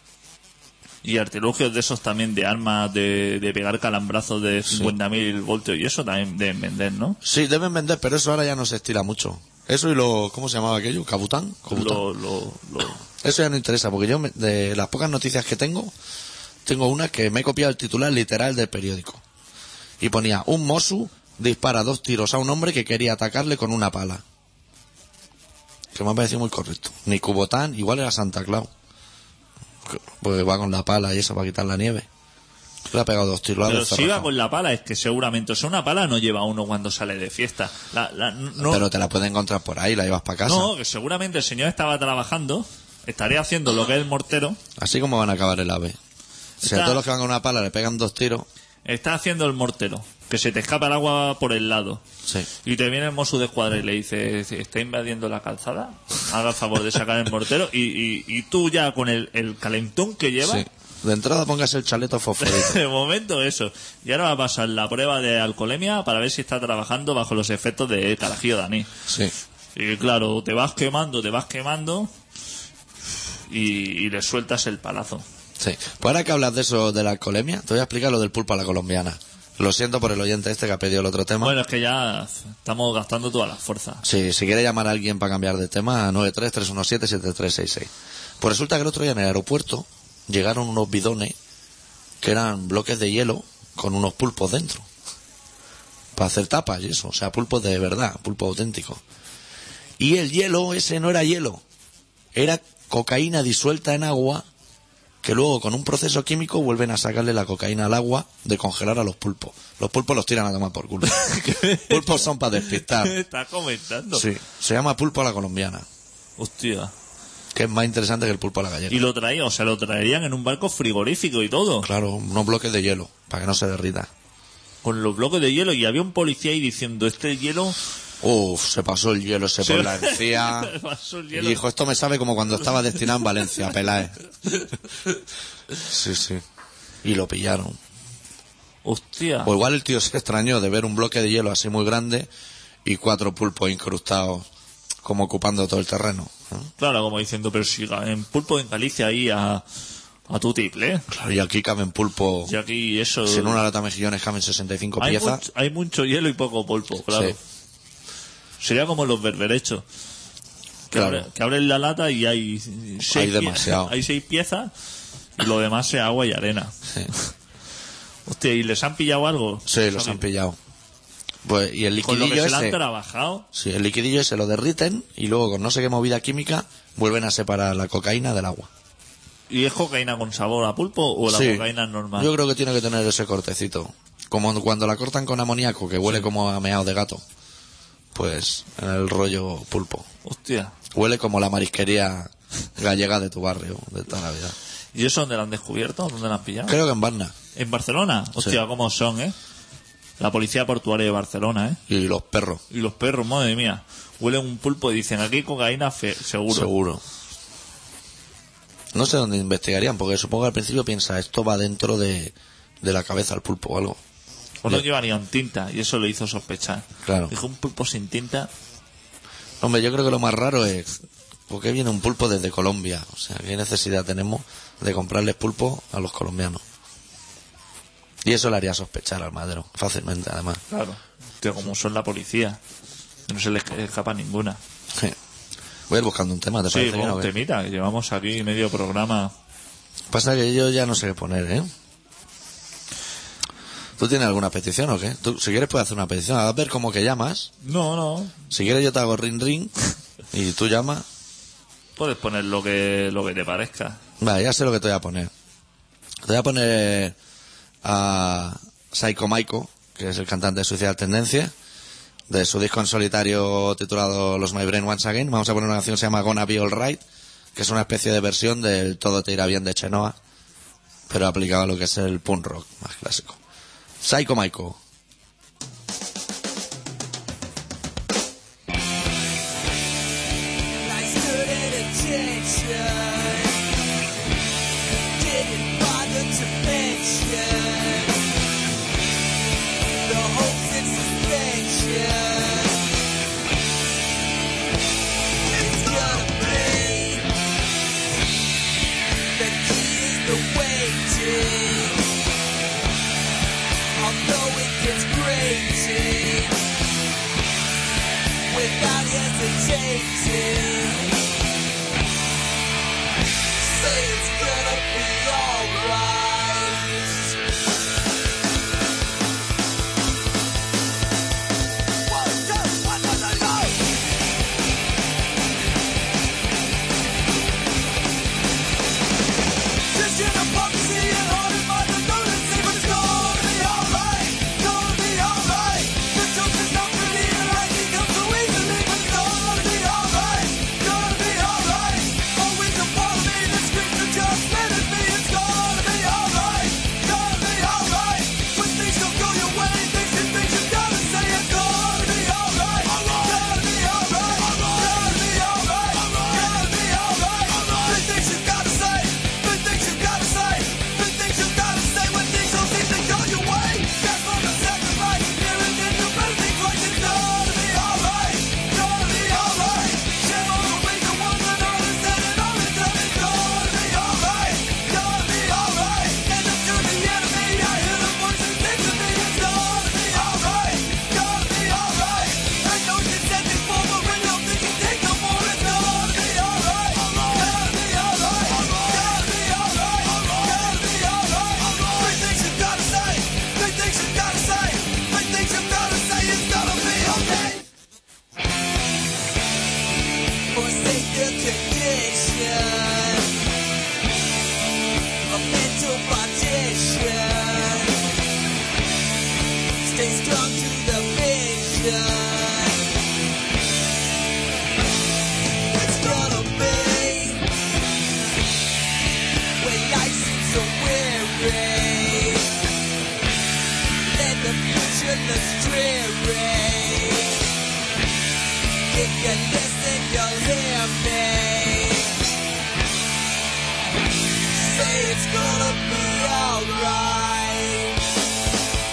Speaker 2: Y artilugios de esos también de armas, de, de pegar calambrazos de 50.000 voltios y eso también deben vender, ¿no?
Speaker 1: Sí, deben vender, pero eso ahora ya no se estila mucho. Eso y lo... ¿Cómo se llamaba aquello? ¿Cabután? ¿Cobután?
Speaker 2: Lo, lo, lo-
Speaker 1: Eso ya no interesa, porque yo, me- de las pocas noticias que tengo, tengo una que me he copiado el titular literal del periódico. Y ponía, un Mosu dispara dos tiros a un hombre que quería atacarle con una pala. Que me ha parecido muy correcto. Ni Cubotán, igual era Santa Claus. Que- Porque va con la pala y eso para quitar la nieve. Le ha pegado dos tiros. lo ha
Speaker 2: Pero si
Speaker 1: descerrajado.
Speaker 2: va con la pala, es que seguramente, o sea, una pala no lleva uno cuando sale de fiesta. La- la- no,
Speaker 1: Pero te la puedes encontrar por ahí, la llevas para casa.
Speaker 2: no, que seguramente el señor estaba trabajando, estaría haciendo lo que es el mortero,
Speaker 1: Así como van a acabar el ave. Si a
Speaker 2: Está-
Speaker 1: todos los que van con una pala le pegan dos tiros,
Speaker 2: está haciendo el mortero, que se te escapa el agua por el lado.
Speaker 1: sí.
Speaker 2: Y te viene el Mosu de escuadra y le dice, está invadiendo la calzada, haga el favor de sacar el mortero. Y, y- y tú ya con el, el calentón que llevas,
Speaker 1: Sí. De entrada pongas el chaleto fosforito.
Speaker 2: De momento eso. Y ahora va a pasar la prueba de alcoholemia para ver si está trabajando bajo los efectos de carajillo de anís.
Speaker 1: Sí.
Speaker 2: Y claro, te vas quemando, te vas quemando y, y le sueltas el palazo.
Speaker 1: Sí. Pues ahora que hablas de eso de la alcoholemia, te voy a explicar lo del pulpo a la colombiana. Lo siento por el oyente este que ha pedido el otro tema.
Speaker 2: Bueno, es que ya estamos gastando todas las fuerzas.
Speaker 1: Sí, si quiere llamar a alguien para cambiar de tema, 933177366. Pues resulta que el otro día en el aeropuerto llegaron unos bidones que eran bloques de hielo con unos pulpos dentro. Para hacer tapas y eso. O sea, pulpos de verdad, pulpo auténtico. Y el hielo ese no era hielo. Era cocaína disuelta en agua que luego con un proceso químico vuelven a sacarle la cocaína al agua de congelar a los pulpos. Los pulpos los tiran a tomar por culo. pulpos son para despistar.
Speaker 2: ¿Qué estás comentando?
Speaker 1: Sí, se llama pulpo a la colombiana,
Speaker 2: Hostia.
Speaker 1: que es más interesante que el pulpo a la gallega.
Speaker 2: Y lo traía, o sea, lo traerían en un barco frigorífico y todo.
Speaker 1: Claro, unos bloques de hielo, para que no se derrita.
Speaker 2: Con los bloques de hielo y había un policía ahí diciendo, este hielo...
Speaker 1: Uf, se pasó el hielo ese por
Speaker 2: Sí.
Speaker 1: la encía.
Speaker 2: Se pasó el
Speaker 1: Y
Speaker 2: hielo.
Speaker 1: dijo, esto me sabe como cuando estaba destinado en Valencia, Peláez. Sí, sí. Y lo pillaron.
Speaker 2: Hostia.
Speaker 1: O igual el tío se extrañó de ver un bloque de hielo así muy grande y cuatro pulpos incrustados, como ocupando todo el terreno. ¿no?
Speaker 2: Claro, como diciendo, pero si en pulpo en Galicia ahí a, a tu tiple, ¿eh?
Speaker 1: Claro, y aquí caben pulpo.
Speaker 2: Y aquí eso...
Speaker 1: Si en una lata de mejillones caben 65
Speaker 2: hay,
Speaker 1: piezas.
Speaker 2: mucho, hay mucho hielo y poco pulpo, claro.
Speaker 1: Sí.
Speaker 2: Sería como los berberechos. Que,
Speaker 1: Claro.
Speaker 2: abren, que abren la lata y hay seis, pie-
Speaker 1: demasiado.
Speaker 2: hay seis piezas y lo demás es agua y arena.
Speaker 1: Sí.
Speaker 2: Hostia, ¿y les han pillado algo?
Speaker 1: Sí, los han pillado. Pues, y el
Speaker 2: Con lo que
Speaker 1: liquidillo
Speaker 2: se la han
Speaker 1: ese,
Speaker 2: trabajado.
Speaker 1: sí, el liquidillo ese lo derriten y luego con no sé qué movida química vuelven a separar la cocaína del agua.
Speaker 2: ¿Y es cocaína con sabor a pulpo o Pues la
Speaker 1: Sí.
Speaker 2: cocaína normal?
Speaker 1: Yo creo que tiene que tener ese cortecito. Como cuando la cortan con amoníaco, que huele como a meado de gato. Pues en el rollo pulpo.
Speaker 2: Hostia.
Speaker 1: Huele como la marisquería gallega de tu barrio, de toda la vida.
Speaker 2: ¿Y eso dónde la han descubierto? ¿Dónde la han pillado?
Speaker 1: Creo que en Barna.
Speaker 2: ¿En Barcelona? Hostia, cómo son, ¿eh? La policía portuaria de Barcelona, ¿eh?
Speaker 1: Y los perros,
Speaker 2: Y los perros, madre mía. Huelen un pulpo y dicen, aquí hay cocaína fe- seguro.
Speaker 1: seguro. No sé dónde investigarían, porque supongo que al principio piensa, esto va dentro de, de la cabeza al pulpo o algo.
Speaker 2: O no llevarían tinta, y eso lo hizo sospechar.
Speaker 1: Claro.
Speaker 2: Dijo, un pulpo sin tinta,
Speaker 1: Hombre, yo creo que lo más raro es ¿por qué viene un pulpo desde Colombia? O sea, ¿qué necesidad tenemos de comprarles pulpo a los colombianos? Y eso le haría sospechar al madero, fácilmente además.
Speaker 2: claro. Hostia, como son la policía. No se les escapa ninguna.
Speaker 1: Sí. Voy a ir buscando un tema, ¿te
Speaker 2: Sí,
Speaker 1: parece eh? bien,
Speaker 2: bueno,
Speaker 1: o qué?
Speaker 2: te mira, que llevamos aquí medio programa.
Speaker 1: Pasa que yo ya no sé qué poner, ¿eh? ¿Tú tienes alguna petición o qué? Tú, si quieres puedes hacer una petición, a ver cómo que llamas.
Speaker 2: No, no.
Speaker 1: Si quieres yo te hago ring ring y tú llamas.
Speaker 2: Puedes poner lo que, lo que te parezca.
Speaker 1: Vale, ya sé lo que te voy a poner. Te voy a poner a Psycho Maiko, que es el cantante de Suicidal Tendencia, de su disco en solitario titulado Los My Brain Once Again. Vamos a poner una canción que se llama Gonna Be Alright, que es una especie de versión del Todo te irá bien de Chenoa, pero aplicado a lo que es el punk rock más clásico. Psycho Maiko.
Speaker 5: I stood at attention. Didn't bother to mention the hopes and suspension. It's gonna be the key is the waiting. Although it gets grating without hesitating. Say it's gonna be alright. One, two, one, two, three, go! Just in a boxy and haunted by the donuts, say, but it's gonna be alright, gonna be alright. The joke is not pretty and lightning comes so easily, but it's gonna be alright, gonna be alright. Oh, Always a part of me that screams and just let it be. It's gonna be alright, gonna be alright. When things don't go your way, things and things you gotta say, it's gonna be alright, gonna be alright, gonna be alright, gonna be alright. Three things you gotta say, three things you gotta say, three things you gotta say when things don't seem to go your way. That's from the sacrifice, hearing in the better things like it's gonna be alright, gonna be alright. Share all the ways that one another said and all it's done, it's gonna be alright, gonna be alright. And if you're the enemy, I hear the voices sing to me, it's gonna be alright, gonna be alright. I know you said before, but when you think you take no more, it's gonna be alright, gonna be alright, gonna be alright, gonna be alright. Three things you gotta say, three things you gotta say, three things you gotta say, it's gonna be okay. Forsake your condition, a mental partition. Stay strong to the vision. It's gonna be when life seems so weary. Let the future look dreary. If you listen, you'll hear me. Say it's gonna be alright.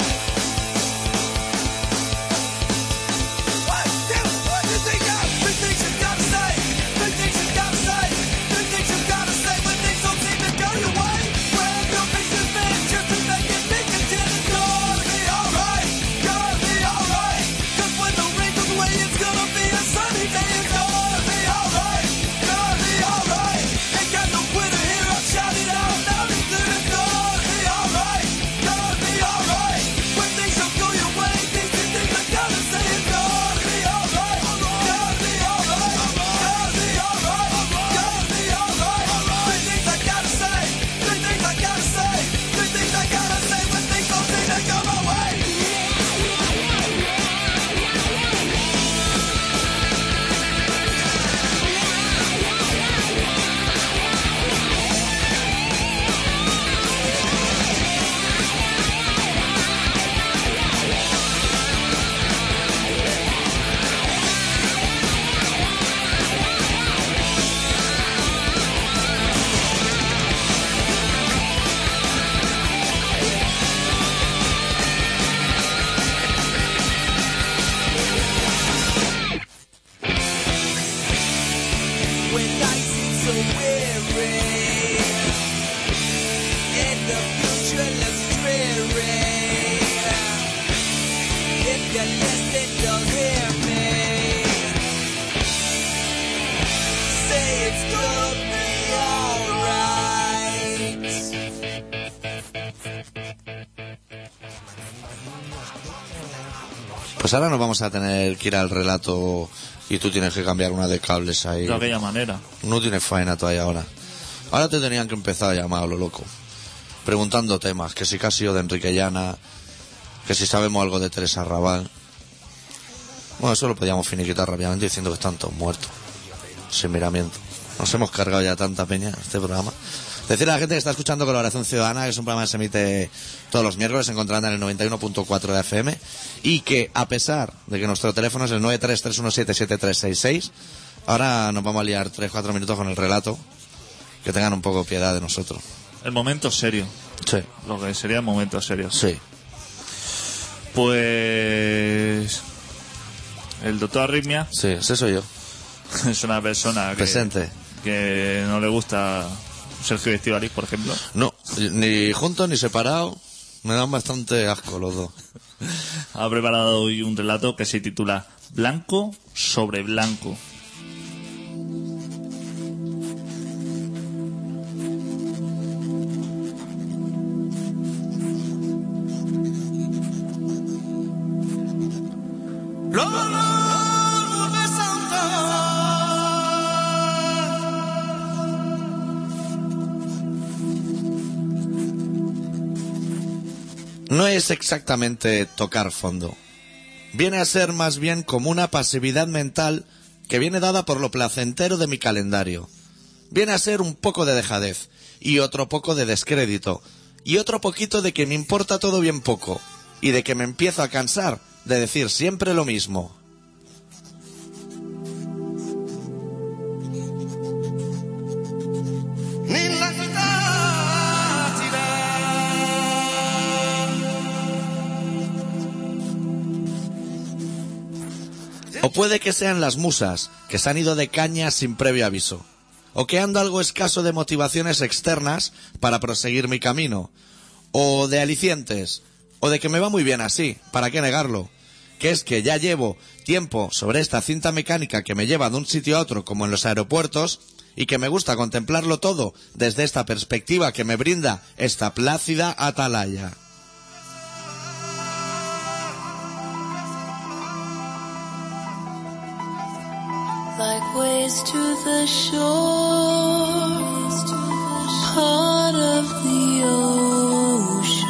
Speaker 5: What do you think of? Three things you gotta say. Three things you gotta say. Three things you gotta say when things don't seem to go your way. Grab your pieces, man, just to make it big again. It's gonna be alright. Gonna be alright. 'Cause when the rain goes away, it's gonna be a sunny day. It's gonna be alright. Gonna be alright. Ain't got no winner here. I'm shouting out loud and clear. It's gonna be alright. Gonna be alright. When things don't go your way, things and things are gonna say it's gonna be alright. Gonna be alright. Gonna be alright. Gonna be alright. Three things I gotta say. Three things I gotta say. Three things I gotta say when things don't seem to go my way. When life seems so weary and the future looks dreary, if you listen, you'll hear me. Say it's gonna be alright.
Speaker 1: Pues ahora nos vamos a tener que ir al relato y tú tienes que cambiar una de cables ahí.
Speaker 2: De aquella manera.
Speaker 1: No tienes faena todavía ahora. Ahora te tenían que empezar a llamar a lo loco, preguntando temas, que si que ha sido de Enrique Llana, que si sabemos algo de Teresa Raval. Bueno, eso lo podíamos finiquitar rápidamente diciendo que están todos muertos, sin miramiento. Nos hemos cargado ya tanta peña este programa. Decirle a la gente que está escuchando Colaboración Ciudadana, que es un programa que se emite todos los miércoles, se encontrarán en el 91.4 de FM, y que a pesar de que nuestro teléfono es el 933177366, ahora nos vamos a liar 3-4 minutos con el relato, que tengan un poco piedad de nosotros.
Speaker 2: El momento serio.
Speaker 1: Sí,
Speaker 2: Lo que sería el momento serio.
Speaker 1: sí.
Speaker 2: Pues. El doctor Arritmia
Speaker 1: Sí, ese soy yo.
Speaker 2: es una persona que.
Speaker 1: Presente.
Speaker 2: Que no le gusta Sergio Estivaliz, por ejemplo.
Speaker 1: No, ni juntos ni separados. Me dan bastante asco los dos.
Speaker 2: Ha preparado hoy un relato que se titula Blanco sobre Blanco.
Speaker 5: L'honneur de Santa
Speaker 1: No es exactamente tocar fondo. Viene a ser más bien como una pasividad mental que viene dada por lo placentero de mi calendario. Viene a ser un poco de dejadez y otro poco de descrédito y otro poquito de que me importa todo bien poco y de que me empiezo a cansar de decir siempre lo mismo.
Speaker 5: Nella città
Speaker 1: O puede que sean las musas, que se han ido de caña sin previo aviso. O que ando algo escaso de motivaciones externas para proseguir mi camino. O de alicientes. O de que me va muy bien así, ¿para qué negarlo? Que es que ya llevo tiempo sobre esta cinta mecánica que me lleva de un sitio a otro como en los aeropuertos y que me gusta contemplarlo todo desde esta perspectiva que me brinda esta plácida atalaya.
Speaker 6: like waves to the shore, part of the ocean.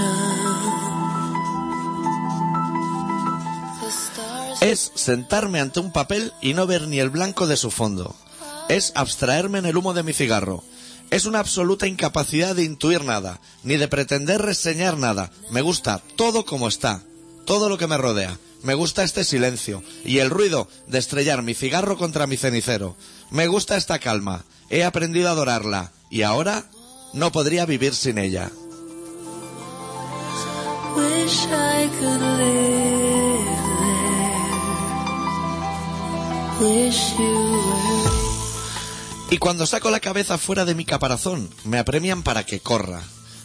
Speaker 6: The stars
Speaker 1: Es sentarme ante un papel y no ver ni el blanco de su fondo. Es abstraerme en el humo de mi cigarro. Es una absoluta incapacidad de intuir nada, ni de pretender reseñar nada. Me gusta todo como está, todo lo que me rodea. Me gusta este silencio y el ruido de estrellar mi cigarro contra mi cenicero. Me gusta esta calma. He aprendido a adorarla y ahora no podría vivir sin ella.
Speaker 6: wish I could live there. Wish you were.
Speaker 1: Y cuando saco la cabeza fuera de mi caparazón, me apremian para que corra,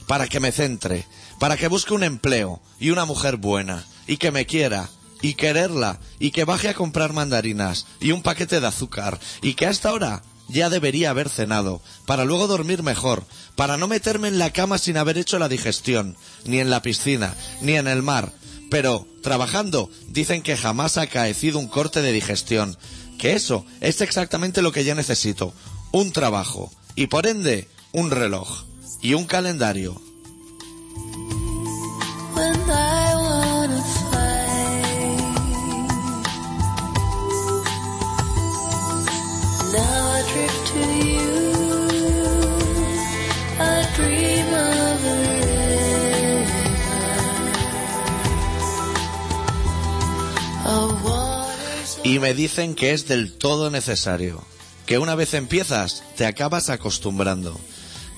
Speaker 1: para que me centre, para que busque un empleo y una mujer buena, y que me quiera, y quererla, y que baje a comprar mandarinas y un paquete de azúcar, y que a esta hora ya debería haber cenado, para luego dormir mejor, para no meterme en la cama sin haber hecho la digestión, ni en la piscina, ni en el mar. Pero, trabajando, dicen que jamás ha acaecido un corte de digestión, que eso es exactamente lo que yo necesito, un trabajo, y por ende, un reloj, y un calendario.
Speaker 6: When I wanna fly, now I drift to you. I dream of a river, a water.
Speaker 1: Y me dicen que es del todo necesario. Que una vez empiezas, te acabas acostumbrando.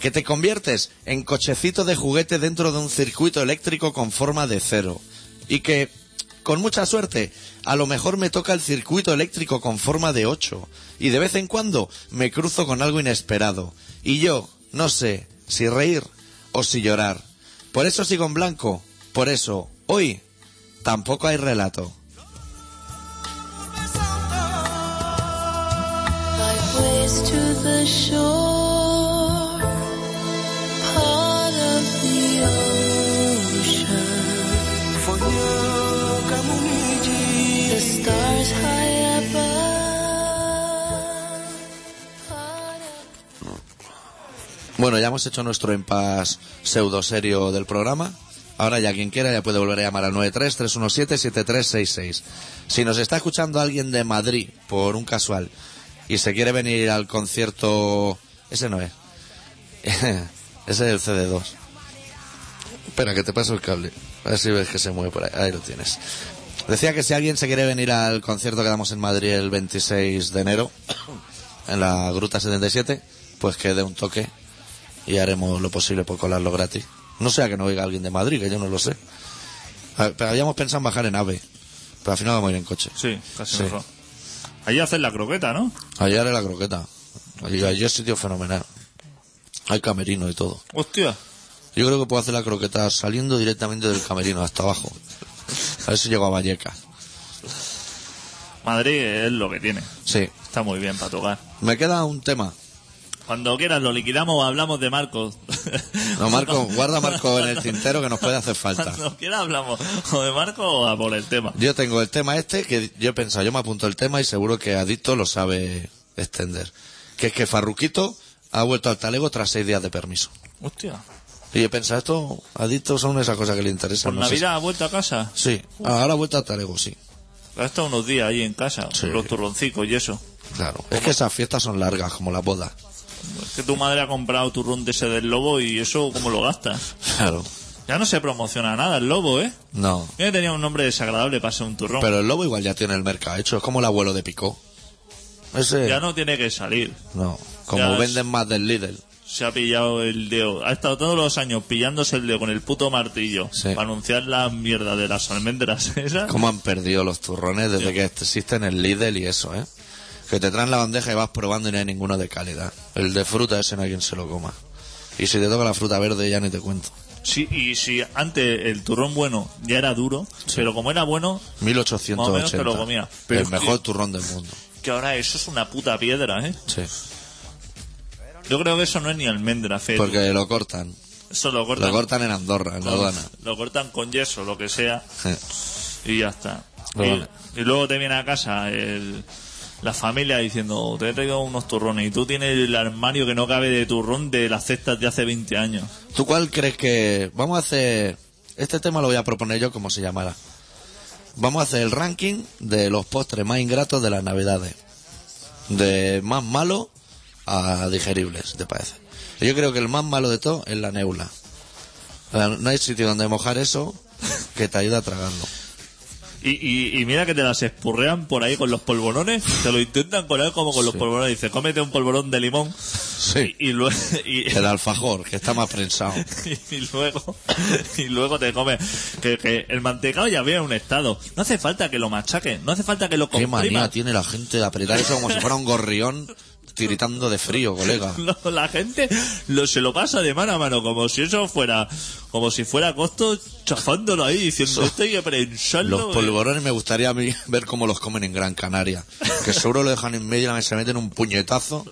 Speaker 1: Que te conviertes en cochecito de juguete dentro de un circuito eléctrico con forma de cero. Y que, con mucha suerte, a lo mejor me toca el circuito eléctrico con forma de ocho. Y de vez en cuando me cruzo con algo inesperado. Y yo, no sé si reír o si llorar. Por eso sigo en blanco. Por eso, hoy, tampoco hay relato.
Speaker 6: Like waves to the shore, part of the ocean. The stars high above, part of
Speaker 1: Bueno, ya hemos hecho nuestro impas pseudo serio del programa. Ahora ya quien quiera ya puede volver a llamar al 93-317-7366. Si nos está escuchando alguien de Madrid por un casual y se quiere venir al concierto... Ese no es. Ese es el CD2. Espera, que te paso el cable. A ver si ves que se mueve por ahí. Ahí lo tienes. Decía que si alguien se quiere venir al concierto que damos en Madrid el 26 de enero, en la Gruta 77, pues que dé un toque y haremos lo posible por colarlo gratis. No sea que no oiga alguien de Madrid, que yo no lo sé. A ver, pero habíamos pensado en bajar en AVE, pero al final vamos a ir en coche.
Speaker 2: Sí, casi
Speaker 1: Sí.
Speaker 2: mejor. Allí hacen la croqueta, ¿no?
Speaker 1: Allá era la croqueta. Allí, allí es sitio fenomenal. Hay camerino y todo.
Speaker 2: Hostia.
Speaker 1: Yo creo que puedo hacer la croqueta saliendo directamente del camerino hasta abajo. A ver si llego a Vallecas.
Speaker 2: Madrid es lo que tiene.
Speaker 1: Sí.
Speaker 2: Está muy bien para tocar.
Speaker 1: Me queda un tema.
Speaker 2: Cuando quieras lo liquidamos o hablamos de Marco.
Speaker 1: No, Marco, guarda Marco en el tintero que nos puede hacer falta.
Speaker 2: Cuando quieras hablamos o de Marco o a por el tema.
Speaker 1: Yo tengo el tema este que yo he pensado, yo me apunto el tema y seguro que Adicto lo sabe extender. Que es que Farruquito ha vuelto al talego tras seis días de permiso.
Speaker 2: Hostia.
Speaker 1: Pues Y he pensado, esto, Adicto son esas cosas que le interesan.
Speaker 2: Por
Speaker 1: no sé
Speaker 2: Navidad ha vuelto a casa.
Speaker 1: si- Sí, Ah, ahora ha vuelto al talego, sí.
Speaker 2: Ha estado unos días ahí en casa.
Speaker 1: Sí.
Speaker 2: Los turroncicos y eso.
Speaker 1: Claro. Es que esas fiestas son largas, como las bodas.
Speaker 2: Es que tu madre ha comprado turrón de ese del lobo y eso, ¿cómo lo gastas?
Speaker 1: Claro.
Speaker 2: Ya no se promociona nada el lobo, ¿eh?
Speaker 1: No.
Speaker 2: Yo tenía un nombre desagradable para ser un turrón.
Speaker 1: Pero el lobo igual ya tiene el mercado hecho, es como el abuelo de Picó. Ese.
Speaker 2: Ya no tiene que salir.
Speaker 1: no. Como
Speaker 2: ya es-
Speaker 1: venden más del Lidl.
Speaker 2: Se ha pillado el dedo. Ha estado todos los años pillándose el dedo con el puto martillo.
Speaker 1: Sí.
Speaker 2: Para anunciar la mierda de las almendras esas.
Speaker 1: ¿Cómo han perdido los turrones desde que existen el Lidl y eso, eh? Que te traen la bandeja y vas probando y no hay ninguno de calidad. El de fruta ese no hay quien se lo coma. Y si te toca la fruta verde ya ni te cuento.
Speaker 2: Sí, y si antes el turrón bueno ya era duro, pero como era bueno, Más o
Speaker 1: 1880.
Speaker 2: menos te lo comía. Pero
Speaker 1: el
Speaker 2: es que-
Speaker 1: mejor turrón del mundo.
Speaker 2: que ahora eso es una puta piedra, ¿eh?
Speaker 1: Sí.
Speaker 2: Yo creo que eso no es ni almendra, Fede.
Speaker 1: Porque lo cortan.
Speaker 2: Eso lo cortan,
Speaker 1: Lo cortan en Andorra, en la
Speaker 2: con,
Speaker 1: aduana.
Speaker 2: lo cortan con yeso, lo que sea,
Speaker 1: Sí.
Speaker 2: y ya está.
Speaker 1: Lo
Speaker 2: Y,
Speaker 1: vale.
Speaker 2: y luego te viene a casa el- la familia diciendo, te he traído unos turrones, y tú tienes el armario que no cabe de turrón de las cestas de hace 20 años.
Speaker 1: ¿Tú cuál crees que.? Vamos a hacer. Este tema lo voy a proponer yo como se llamara. Vamos a hacer el ranking de los postres más ingratos de las navidades. De más malo a digeribles, si te parece. Yo creo que el más malo de todo es la neula. La- No hay sitio donde mojar eso que te ayuda a tragarlo.
Speaker 2: Y, y- y mira que te las espurrean por ahí con los polvorones, te lo intentan colar como con los
Speaker 1: Sí.
Speaker 2: polvorones, dices, cómete un polvorón de limón,
Speaker 1: Sí.
Speaker 2: y, luego... y-
Speaker 1: El alfajor, que está más prensado.
Speaker 2: y luego y luego te comes que, que el mantecado ya viene en un estado no hace falta que lo machaques no hace falta que lo
Speaker 1: Qué manía
Speaker 2: comprimas
Speaker 1: tiene la gente de apretar eso como si fuera un gorrión tiritando de frío, colega.
Speaker 2: Lo- la gente lo, se lo pasa de mano a mano como si eso fuera como si fuera costo chafándolo ahí diciendo esto hay que prensarlo
Speaker 1: Los
Speaker 2: eh.
Speaker 1: polvorones me gustaría a mí ver cómo los comen en Gran Canaria. Que seguro lo dejan en medio y la mesa, se meten un puñetazo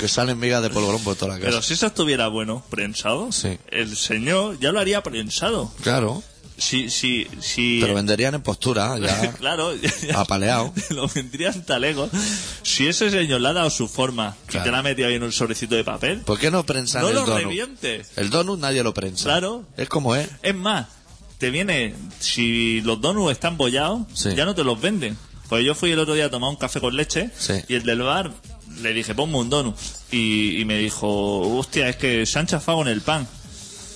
Speaker 1: que salen migas de polvorón por toda la casa.
Speaker 2: pero si eso estuviera bueno prensado
Speaker 1: Sí.
Speaker 2: el señor ya lo haría prensado
Speaker 1: Claro,
Speaker 2: si si si
Speaker 1: pero venderían en postura, ya
Speaker 2: claro
Speaker 1: apaleado.
Speaker 2: lo vendrían talegos si ese señor le ha dado su forma y
Speaker 1: Claro.
Speaker 2: te la ha metido ahí en un sobrecito de papel
Speaker 1: ¿Por qué no prensan
Speaker 2: No
Speaker 1: el
Speaker 2: lo
Speaker 1: donut?
Speaker 2: revientes.
Speaker 1: El donut nadie lo prensa.
Speaker 2: Claro.
Speaker 1: Es como es.
Speaker 2: Es más, te viene, si los donuts están bollados,
Speaker 1: Sí.
Speaker 2: ya no te los venden. Pues yo fui el otro día a tomar un café con leche
Speaker 1: Sí.
Speaker 2: y el del bar le dije, ponme un donut. Y, y me dijo, hostia, es que se han chafado en el pan.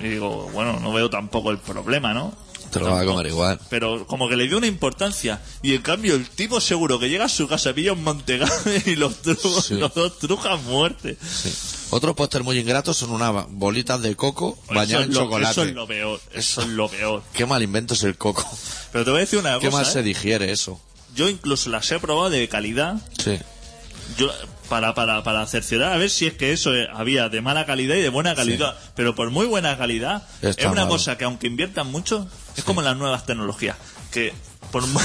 Speaker 2: Y digo, bueno, no veo tampoco el problema, ¿no?
Speaker 1: Te lo vas a comer igual.
Speaker 2: Pero como que le dio una importancia. Y en cambio el tipo seguro que llega a su casa, pilla un mantecado y los, tru-
Speaker 1: Sí.
Speaker 2: los dos trujan muerte.
Speaker 1: Sí. Otros póster muy ingratos son unas bolitas de coco
Speaker 2: Pues Eso
Speaker 1: bañadas
Speaker 2: es
Speaker 1: en
Speaker 2: lo-
Speaker 1: chocolate.
Speaker 2: Eso es lo peor, eso es lo peor.
Speaker 1: Qué mal invento es el coco.
Speaker 2: Pero te voy a decir una
Speaker 1: ¿Qué
Speaker 2: cosa,
Speaker 1: más
Speaker 2: ¿eh?
Speaker 1: se digiere eso?
Speaker 2: Yo incluso las he probado de calidad
Speaker 1: Sí.
Speaker 2: yo, para, para, para cerciorar a ver si es que eso eh, había de mala calidad y de buena calidad. Pero por muy buena calidad,
Speaker 1: Está
Speaker 2: es una
Speaker 1: malo.
Speaker 2: cosa que aunque inviertan mucho, es como las nuevas tecnologías. Que por mu-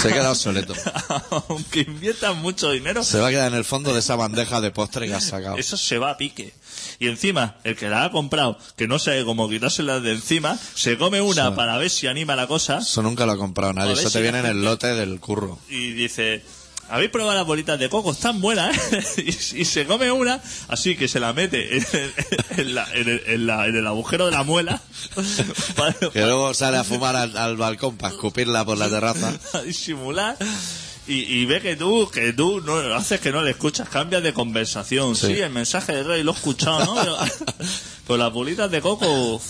Speaker 1: Se queda obsoleto.
Speaker 2: aunque inviertan mucho dinero,
Speaker 1: Se va a quedar en el fondo de esa bandeja de postre que has sacado.
Speaker 2: eso se va a pique. Y encima, el que la ha comprado, que no sabe cómo quitársela de encima, se come una
Speaker 1: Sí.
Speaker 2: para ver si anima la cosa
Speaker 1: Eso nunca lo ha comprado nadie.
Speaker 2: A ver
Speaker 1: Eso
Speaker 2: si
Speaker 1: te viene en
Speaker 2: la
Speaker 1: el
Speaker 2: gente-
Speaker 1: lote del curro.
Speaker 2: y dice, Habéis probado las bolitas de coco, están buenas, ¿eh? Y, y se come una, así que se la mete en el, en la- en el- en la- en el agujero de la muela. para-
Speaker 1: Que luego sale a fumar al, al balcón para escupirla por la terraza.
Speaker 2: a disimular y, y ve que tú, que tú no lo haces que no le escuchas, cambias de conversación. Sí,
Speaker 1: Sí.
Speaker 2: el mensaje de Rey lo he escuchado, ¿no? Pero, pero las bolitas de coco,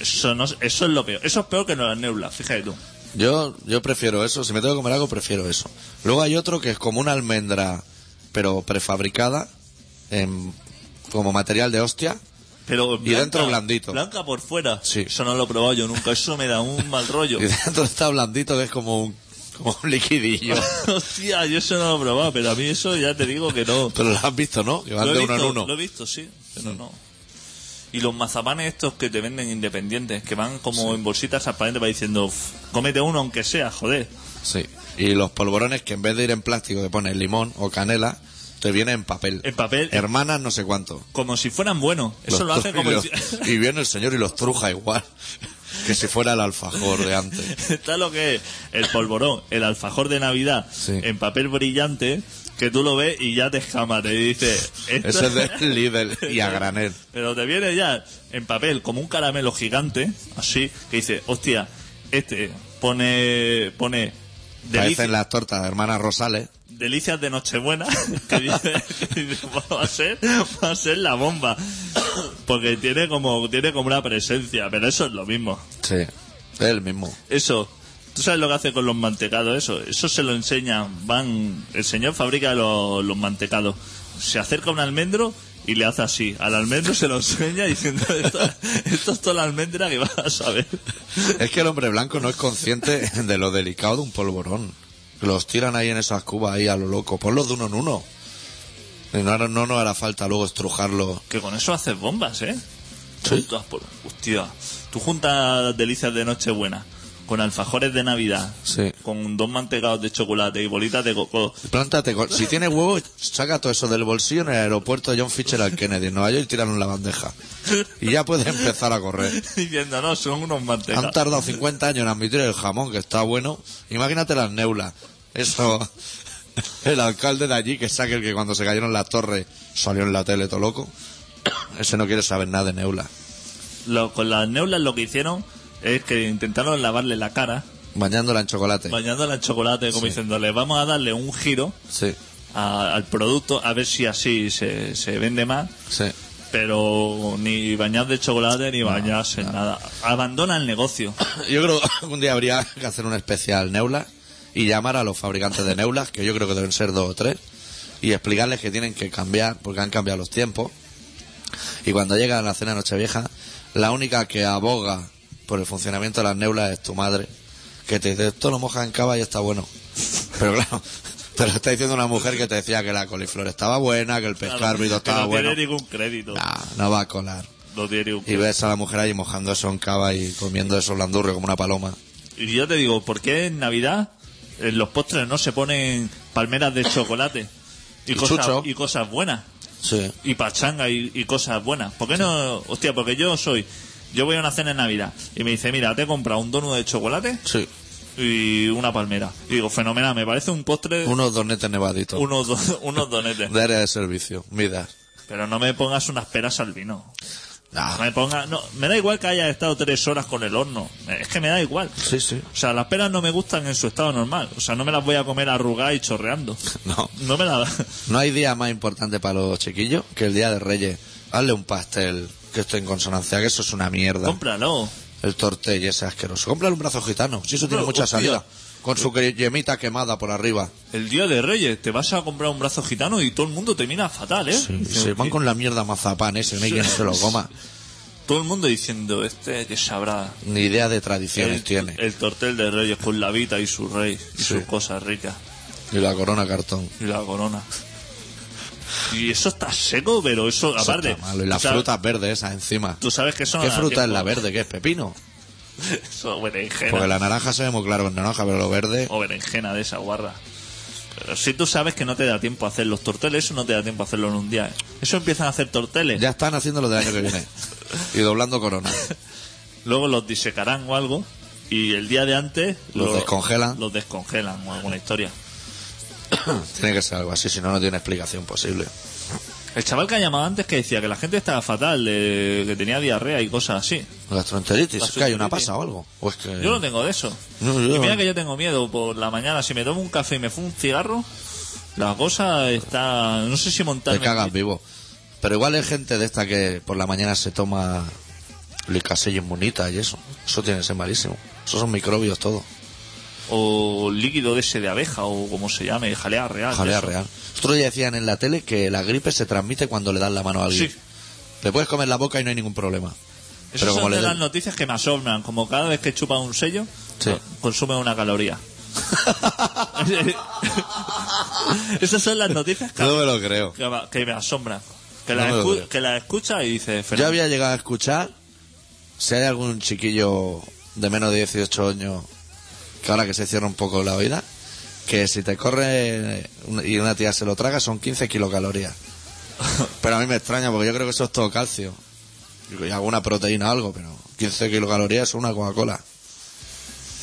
Speaker 2: eso, no, eso es lo peor. Eso es peor que no las neulas, fíjate tú.
Speaker 1: Yo, yo prefiero eso. Si me tengo que comer algo, prefiero eso. Luego hay otro que es como una almendra, pero prefabricada, en- como material de hostia.
Speaker 2: Pero
Speaker 1: Y dentro blandito.
Speaker 2: Blanca por fuera.
Speaker 1: Sí.
Speaker 2: Eso no lo he probado yo nunca. Eso me da un mal rollo.
Speaker 1: Y dentro está blandito, que es como un, como un liquidillo.
Speaker 2: Hostia, yo eso no lo he probado, pero a mí eso ya te digo que no.
Speaker 1: Pero lo has visto, ¿no? Que van
Speaker 2: lo he
Speaker 1: de
Speaker 2: visto,
Speaker 1: uno en uno. Mm.
Speaker 2: Lo he visto, sí, pero no. Y los mazapanes estos que te venden independientes, que van como en bolsitas transparentes, va diciendo, "Uf, cómete uno aunque sea, joder.
Speaker 1: Sí. Y los polvorones que en vez de ir en plástico, que pone limón o canela, te viene en papel.
Speaker 2: En papel.
Speaker 1: Hermanas, no sé cuánto.
Speaker 2: Como si fueran buenos. Eso
Speaker 1: Los
Speaker 2: lo hacen como...
Speaker 1: tornillos.
Speaker 2: si-
Speaker 1: Y viene el señor y los truja igual. Que si fuera el alfajor de antes.
Speaker 2: Está lo que es el polvorón, el alfajor de Navidad,
Speaker 1: Sí.
Speaker 2: en papel brillante, que tú lo ves y ya te escama, te dice... "Esto
Speaker 1: Ese es del Lidl y a granel.
Speaker 2: Pero te viene ya en papel como un caramelo gigante, así, que dice, hostia, este pone... pone delicia-
Speaker 1: Parecen las tortas de hermanas Rosales.
Speaker 2: Delicias de Nochebuena, que dice, que dice, "Pues va a ser, va a ser la bomba. Porque tiene como, tiene como una presencia, pero eso es lo mismo.
Speaker 1: Sí. Es el mismo.
Speaker 2: Eso, ¿tú sabes lo que hace con los mantecados eso? Eso se lo enseña, van, el señor fabrica los, los mantecados. Se acerca un almendro y le hace así. Al almendro se lo enseña diciendo, esto, esto es toda la almendra que vas a saber.
Speaker 1: Es que el hombre blanco no es consciente de lo delicado de un polvorón. Los tiran ahí en esas cubas ahí a lo loco. Ponlos de uno en uno. Y no, no nos hará falta luego estrujarlo.
Speaker 2: Que con eso haces bombas, ¿eh?
Speaker 1: Sí.
Speaker 2: Juntas por- hostia, tú juntas delicias de Nochebuena con alfajores de Navidad,
Speaker 1: Sí.
Speaker 2: con dos mantecados de chocolate y bolitas de coco.
Speaker 1: Plántate, con- si tiene huevo, saca todo eso del bolsillo en el aeropuerto de John Fitzgerald Kennedy en Nueva York y tíralo en la bandeja. Y ya puedes empezar a correr.
Speaker 2: Diciendo, no, son unos
Speaker 1: Han
Speaker 2: mantecados.
Speaker 1: tardado 50 años en admitir el jamón, que está bueno. Imagínate las neulas. Eso, el alcalde de allí, que saque el que cuando se cayeron las torres salió en la tele todo loco. Ese no quiere saber nada de neulas.
Speaker 2: Lo- con las neulas lo que hicieron es que intentaron lavarle la cara,
Speaker 1: Bañándola en chocolate.
Speaker 2: bañándola en chocolate, como
Speaker 1: Sí.
Speaker 2: diciéndole, vamos a darle un giro
Speaker 1: Sí,
Speaker 2: a- al producto, a ver si así se, se vende más.
Speaker 1: sí.
Speaker 2: Pero ni bañar de chocolate ni bañarse en nada. Abandona el negocio.
Speaker 1: Yo creo que un día habría que hacer un especial neulas y llamar a los fabricantes de neulas, que yo creo que deben ser dos o tres, y explicarles que tienen que cambiar, porque han cambiado los tiempos. Y cuando llega la cena de Nochevieja, la única que aboga por el funcionamiento de las neulas es tu madre, que te dice, esto lo mojas en cava y está bueno. Pero claro, te lo está diciendo una mujer que te decía que la coliflor estaba buena, que el pescado
Speaker 2: Claro, que
Speaker 1: estaba
Speaker 2: no
Speaker 1: bueno.
Speaker 2: tiene ningún crédito.
Speaker 1: Nah, no va a colar.
Speaker 2: No tiene ningún
Speaker 1: Y ves a la mujer ahí mojando eso en cava y comiendo eso blandurrio como una paloma.
Speaker 2: Y yo te digo, ¿por qué en Navidad en los postres no se ponen palmeras de chocolate? Y,
Speaker 1: Y
Speaker 2: cosas,
Speaker 1: chucho.
Speaker 2: y cosas buenas.
Speaker 1: Sí.
Speaker 2: Y pachanga y, y cosas buenas. ¿Por qué no? Hostia, porque yo soy. Yo voy a una cena en Navidad y me dice, mira, te he comprado un donut de chocolate
Speaker 1: Sí.
Speaker 2: y una palmera. Y digo, fenomenal, me parece un postre,
Speaker 1: Unos donetes nevaditos.
Speaker 2: unos, do- unos donetes.
Speaker 1: De área de servicio. Mira.
Speaker 2: Pero no me pongas unas peras al vino.
Speaker 1: Nah.
Speaker 2: No me pongas. No, me da igual que haya estado tres horas con el horno. Es que me da igual.
Speaker 1: Sí, sí.
Speaker 2: O sea, las peras no me gustan en su estado normal. O sea, no me las voy a comer arrugadas y chorreando.
Speaker 1: No.
Speaker 2: No me las...
Speaker 1: No hay día más importante para los chiquillos que el día de Reyes. Hazle un pastel que esté en consonancia, que eso es una mierda.
Speaker 2: Cómpralo.
Speaker 1: El tortell ese asqueroso. Cómprale un brazo gitano. Si eso tiene
Speaker 2: No,
Speaker 1: mucha
Speaker 2: hostia.
Speaker 1: salida. Con su que- yemita quemada por arriba.
Speaker 2: El día de Reyes te vas a comprar un brazo gitano y todo el mundo te mira fatal, ¿eh?
Speaker 1: Y
Speaker 2: Dice,
Speaker 1: se van con la mierda mazapán ese, no hay quien se lo coma.
Speaker 2: Todo el mundo diciendo, este que sabrá...
Speaker 1: Ni idea de
Speaker 2: El,
Speaker 1: tradiciones tiene.
Speaker 2: el tortel de Reyes con la vita y su rey y sus cosas ricas
Speaker 1: Y la corona cartón.
Speaker 2: y la corona. Y eso está seco, pero eso,
Speaker 1: Eso
Speaker 2: aparte...
Speaker 1: está malo. Y las
Speaker 2: tú sabes-
Speaker 1: frutas verdes esas encima.
Speaker 2: Tú sabes que son...
Speaker 1: ¿Qué
Speaker 2: a
Speaker 1: fruta es
Speaker 2: tiempo-
Speaker 1: la verde? ¿Qué es pepino?
Speaker 2: Eso, berenjena.
Speaker 1: Porque la naranja se ve muy claro en naranja, pero lo verde.
Speaker 2: o berenjena de esa guarra. Pero si tú sabes que no te da tiempo a hacer los torteles, eso no te da tiempo a hacerlo en un día. ¿eh? Eso empiezan a hacer torteles,
Speaker 1: Ya están haciendo lo del año que viene. Y doblando corona.
Speaker 2: luego los disecarán o algo, y el día de antes
Speaker 1: Los descongelan.
Speaker 2: Los descongelan o alguna historia.
Speaker 1: Ah, Tiene que ser algo así, si no, no tiene explicación posible.
Speaker 2: El chaval que ha llamado antes que decía que la gente estaba fatal, de- que tenía diarrea y cosas así.
Speaker 1: Gastroenteritis, es que hay una
Speaker 2: Gastroenteritis.
Speaker 1: pasa o algo. O es que...
Speaker 2: Yo no tengo de eso.
Speaker 1: No, yo-
Speaker 2: Y mira que yo tengo miedo por la mañana. Si me tomo un café y me fumo un cigarro, la cosa está. No sé si montarme.
Speaker 1: Te cagas vivo. Pero igual hay gente de esta que por la mañana se toma licasello inmunita y eso. Eso tiene que ser malísimo. Esos son microbios todo.
Speaker 2: O líquido de ese de abeja o como se llame, jalea real.
Speaker 1: Jalea
Speaker 2: Ah, eso.
Speaker 1: real. Otro día decían en la tele que la gripe se transmite cuando le dan la mano a alguien.
Speaker 2: Sí.
Speaker 1: Te puedes comer la boca y no hay ningún problema.
Speaker 2: Esas
Speaker 1: Pero como
Speaker 2: son
Speaker 1: le
Speaker 2: de
Speaker 1: den-
Speaker 2: las noticias que me asombran. Como cada vez que chupa un sello,
Speaker 1: Sí.
Speaker 2: consume una caloría. Esas son las noticias que,
Speaker 1: No me lo creo.
Speaker 2: que me- que me asombran. Que
Speaker 1: No
Speaker 2: las
Speaker 1: me lo
Speaker 2: escu-
Speaker 1: creo.
Speaker 2: que las escuchas y dices,
Speaker 1: Yo
Speaker 2: Fernando,
Speaker 1: había llegado a escuchar si hay algún chiquillo de menos de 18 años que ahora que se cierra un poco la oída, que si te corre un- y una tía se lo traga son 15 kilocalorías. Pero a mí me extraña porque yo creo que eso es todo calcio. Y alguna proteína o algo, pero 15 kilocalorías es una Coca-Cola.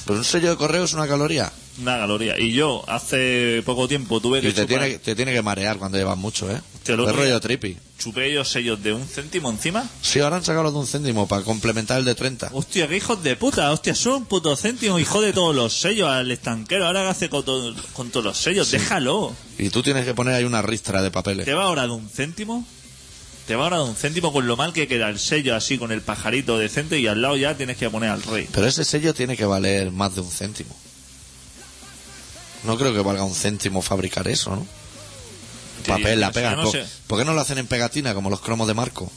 Speaker 1: Pero un sello de correo es una caloría.
Speaker 2: una caloría. Y yo hace poco tiempo tuve que
Speaker 1: Y te
Speaker 2: chupar-
Speaker 1: tiene, te tiene que marear cuando llevas mucho, ¿eh?
Speaker 2: Te lo
Speaker 1: es
Speaker 2: digo.
Speaker 1: rollo trippy.
Speaker 2: chupé yo sellos de un céntimo encima.
Speaker 1: Sí, ahora han sacado los de un céntimo para complementar el de 30.
Speaker 2: Hostia, qué hijos de puta, hostia, son un puto céntimo, hijo de todos los sellos, al estanquero, ahora que hace con, to- con todos los sellos, déjalo.
Speaker 1: Y tú tienes que poner ahí una ristra de papeles.
Speaker 2: Te va ahora de un céntimo, te va ahora de un céntimo con lo mal que queda el sello así con el pajarito decente y al lado ya tienes que poner al rey.
Speaker 1: Pero ese sello tiene que valer más de un céntimo. No creo que valga un céntimo fabricar eso, ¿no? Papel, la
Speaker 2: no sé,
Speaker 1: pegan.
Speaker 2: no
Speaker 1: po-
Speaker 2: sé.
Speaker 1: ¿Por qué no lo hacen en pegatina como los cromos de Marco?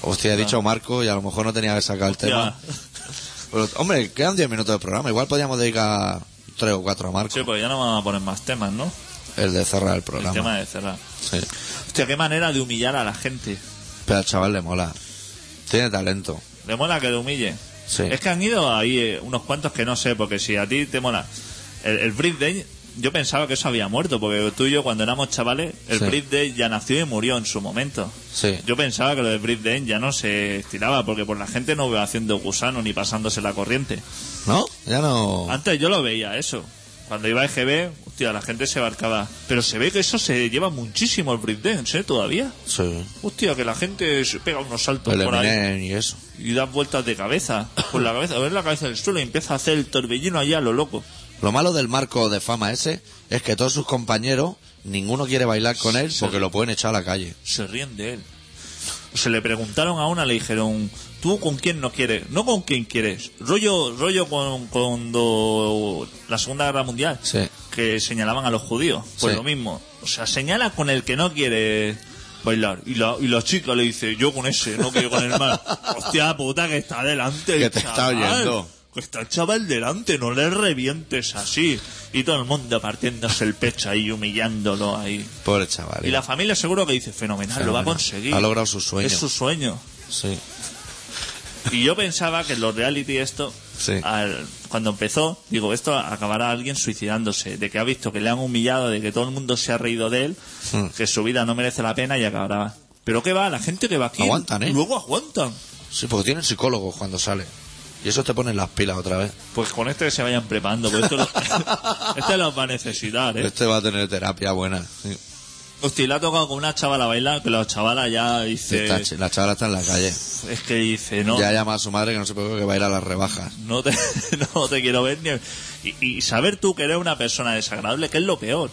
Speaker 1: Hostia, he dicho Marco y a lo mejor no tenía que sacar el tema.
Speaker 2: Ya,
Speaker 1: Pero, hombre, quedan 10 minutos de programa. Igual podríamos dedicar 3 o 4 a Marco.
Speaker 2: sí, porque ya no vamos a poner más temas, ¿no?
Speaker 1: El de cerrar el
Speaker 2: El
Speaker 1: programa.
Speaker 2: tema de cerrar.
Speaker 1: Sí.
Speaker 2: Hostia, qué manera de humillar a la gente.
Speaker 1: Pero al chaval le mola. Tiene talento.
Speaker 2: Le mola que le humille.
Speaker 1: Sí.
Speaker 2: Es que han ido ahí eh, unos cuantos que no sé, porque si a ti te mola. El, el Brick Day, yo pensaba que eso había muerto, porque tú y yo cuando éramos chavales, el
Speaker 1: Sí.
Speaker 2: Brick Day ya nació y murió en su momento.
Speaker 1: Sí.
Speaker 2: Yo pensaba que lo del Brick Day ya no se estiraba, porque por la gente no veo haciendo gusano ni pasándose la corriente.
Speaker 1: ¿No? Ya no.
Speaker 2: Antes yo lo veía eso. Cuando iba a EGB, hostia, la gente se barcaba. Pero se ve que eso se lleva muchísimo el Brick Day, ¿eh? Todavía.
Speaker 1: Sí.
Speaker 2: Hostia, que la gente se pega unos saltos
Speaker 1: El
Speaker 2: pues por ahí
Speaker 1: Eminem y eso.
Speaker 2: y das vueltas de cabeza, con la cabeza, ver la cabeza del suelo y empieza a hacer el torbellino allá a lo loco.
Speaker 1: Lo malo del marco de fama ese es que todos sus compañeros, ninguno quiere bailar con él porque lo pueden echar a la calle.
Speaker 2: Se ríen de él. Se le preguntaron a una, le dijeron, ¿tú con quién no quieres? No con quién quieres. Rollo, rollo con, cuando la Segunda Guerra Mundial,
Speaker 1: Sí.
Speaker 2: que señalaban a los judíos. Pues
Speaker 1: Sí.
Speaker 2: lo mismo. O sea, señala con el que no quiere bailar. Y la, y la chica le dice, yo con ese, no quiero con el mal. Hostia puta, que está delante el
Speaker 1: Que te está
Speaker 2: chaval.
Speaker 1: oyendo.
Speaker 2: Que está el chaval delante, no le revientes así. Y todo el mundo partiéndose el pecho ahí, humillándolo ahí.
Speaker 1: Pobre chaval.
Speaker 2: Y la familia seguro que dice, fenomenal, lo va a
Speaker 1: Fenomenal.
Speaker 2: conseguir.
Speaker 1: Ha logrado su sueño.
Speaker 2: Es su sueño.
Speaker 1: Sí.
Speaker 2: Y yo pensaba que en los reality esto,
Speaker 1: Sí.
Speaker 2: al- cuando empezó, digo, esto acabará alguien suicidándose, de que ha visto que le han humillado, de que todo el mundo se ha reído de él,
Speaker 1: Mm.
Speaker 2: que su vida no merece la pena y acabará. Pero qué va, la gente que va aquí
Speaker 1: Aguantan, ¿eh?
Speaker 2: luego aguantan.
Speaker 1: Sí, porque tienen psicólogos cuando sale. Y eso te ponen las pilas otra vez.
Speaker 2: Pues con este que se vayan preparando, porque esto lo- este los va a necesitar, ¿eh?
Speaker 1: Este va a tener terapia buena. Sí.
Speaker 2: Hostia, y le ha tocado con una chavala bailar, que la chavala ya dice...
Speaker 1: Esta ch- la chavala está en la calle.
Speaker 2: Es que dice, no,
Speaker 1: Ya llama a su madre que no se puede que va a ir a las rebajas.
Speaker 2: No te, no te quiero ver ni... Y, y saber tú que eres una persona desagradable, que es lo peor.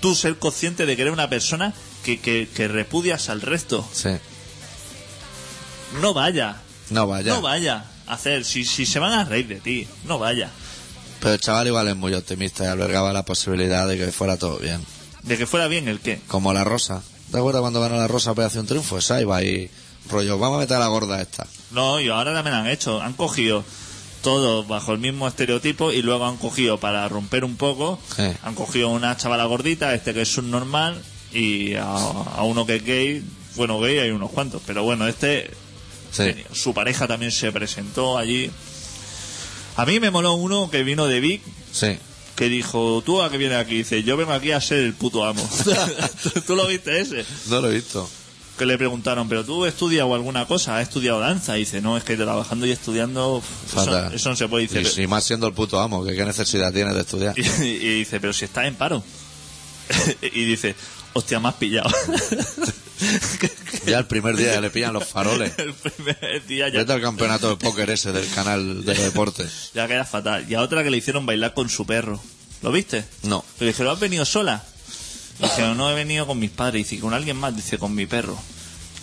Speaker 2: Tú ser consciente de que eres una persona que, que, que repudias al resto.
Speaker 1: Sí.
Speaker 2: No vaya,
Speaker 1: No vaya.
Speaker 2: no vaya a hacer. Si, si se van a reír de ti, no vaya.
Speaker 1: Pero el chaval igual es muy optimista y albergaba la posibilidad de que fuera todo bien.
Speaker 2: De que fuera bien el qué.
Speaker 1: Como la Rosa. ¿Te acuerdas cuando ganó la Rosa Operación Triunfo? Esa iba ahí. Rollo, vamos a meter a la gorda esta.
Speaker 2: No, y ahora también han hecho. Han cogido todos bajo el mismo estereotipo y luego han cogido, para romper un poco,
Speaker 1: Sí.
Speaker 2: han cogido una chavala gordita, este que es subnormal, y a, a uno que es gay. Bueno, gay hay unos cuantos, pero bueno, este
Speaker 1: Sí.
Speaker 2: Su pareja también se presentó allí. A mí me moló uno que vino de Vic,
Speaker 1: Sí.
Speaker 2: que dijo, ¿tú a qué vienes aquí? Dice, yo vengo aquí a ser el puto amo. ¿Tú- ¿Tú lo viste ese?
Speaker 1: No lo he visto.
Speaker 2: Que le preguntaron, ¿pero tú estudias o alguna cosa? ¿Has estudiado danza? Y dice, no, es que trabajando y estudiando, pff, eso,
Speaker 1: Fatal.
Speaker 2: eso no se puede.
Speaker 1: Y,
Speaker 2: Dice,
Speaker 1: si más siendo el puto amo, que qué necesidad tienes de estudiar.
Speaker 2: "Pero-" y, y dice, pero si estás en paro. y dice, hostia, me has pillado.
Speaker 1: Ya el primer día le pillan los faroles.
Speaker 2: el primer día ya,
Speaker 1: Vete al campeonato de póker ese del canal de deporte.
Speaker 2: ya que era fatal. Y a otra que le hicieron bailar con su perro. ¿Lo viste?
Speaker 1: No.
Speaker 2: Le dijeron, ¿has venido sola? Le dijeron, no he venido con mis padres. Dice, ¿con alguien más? Dice, con mi perro.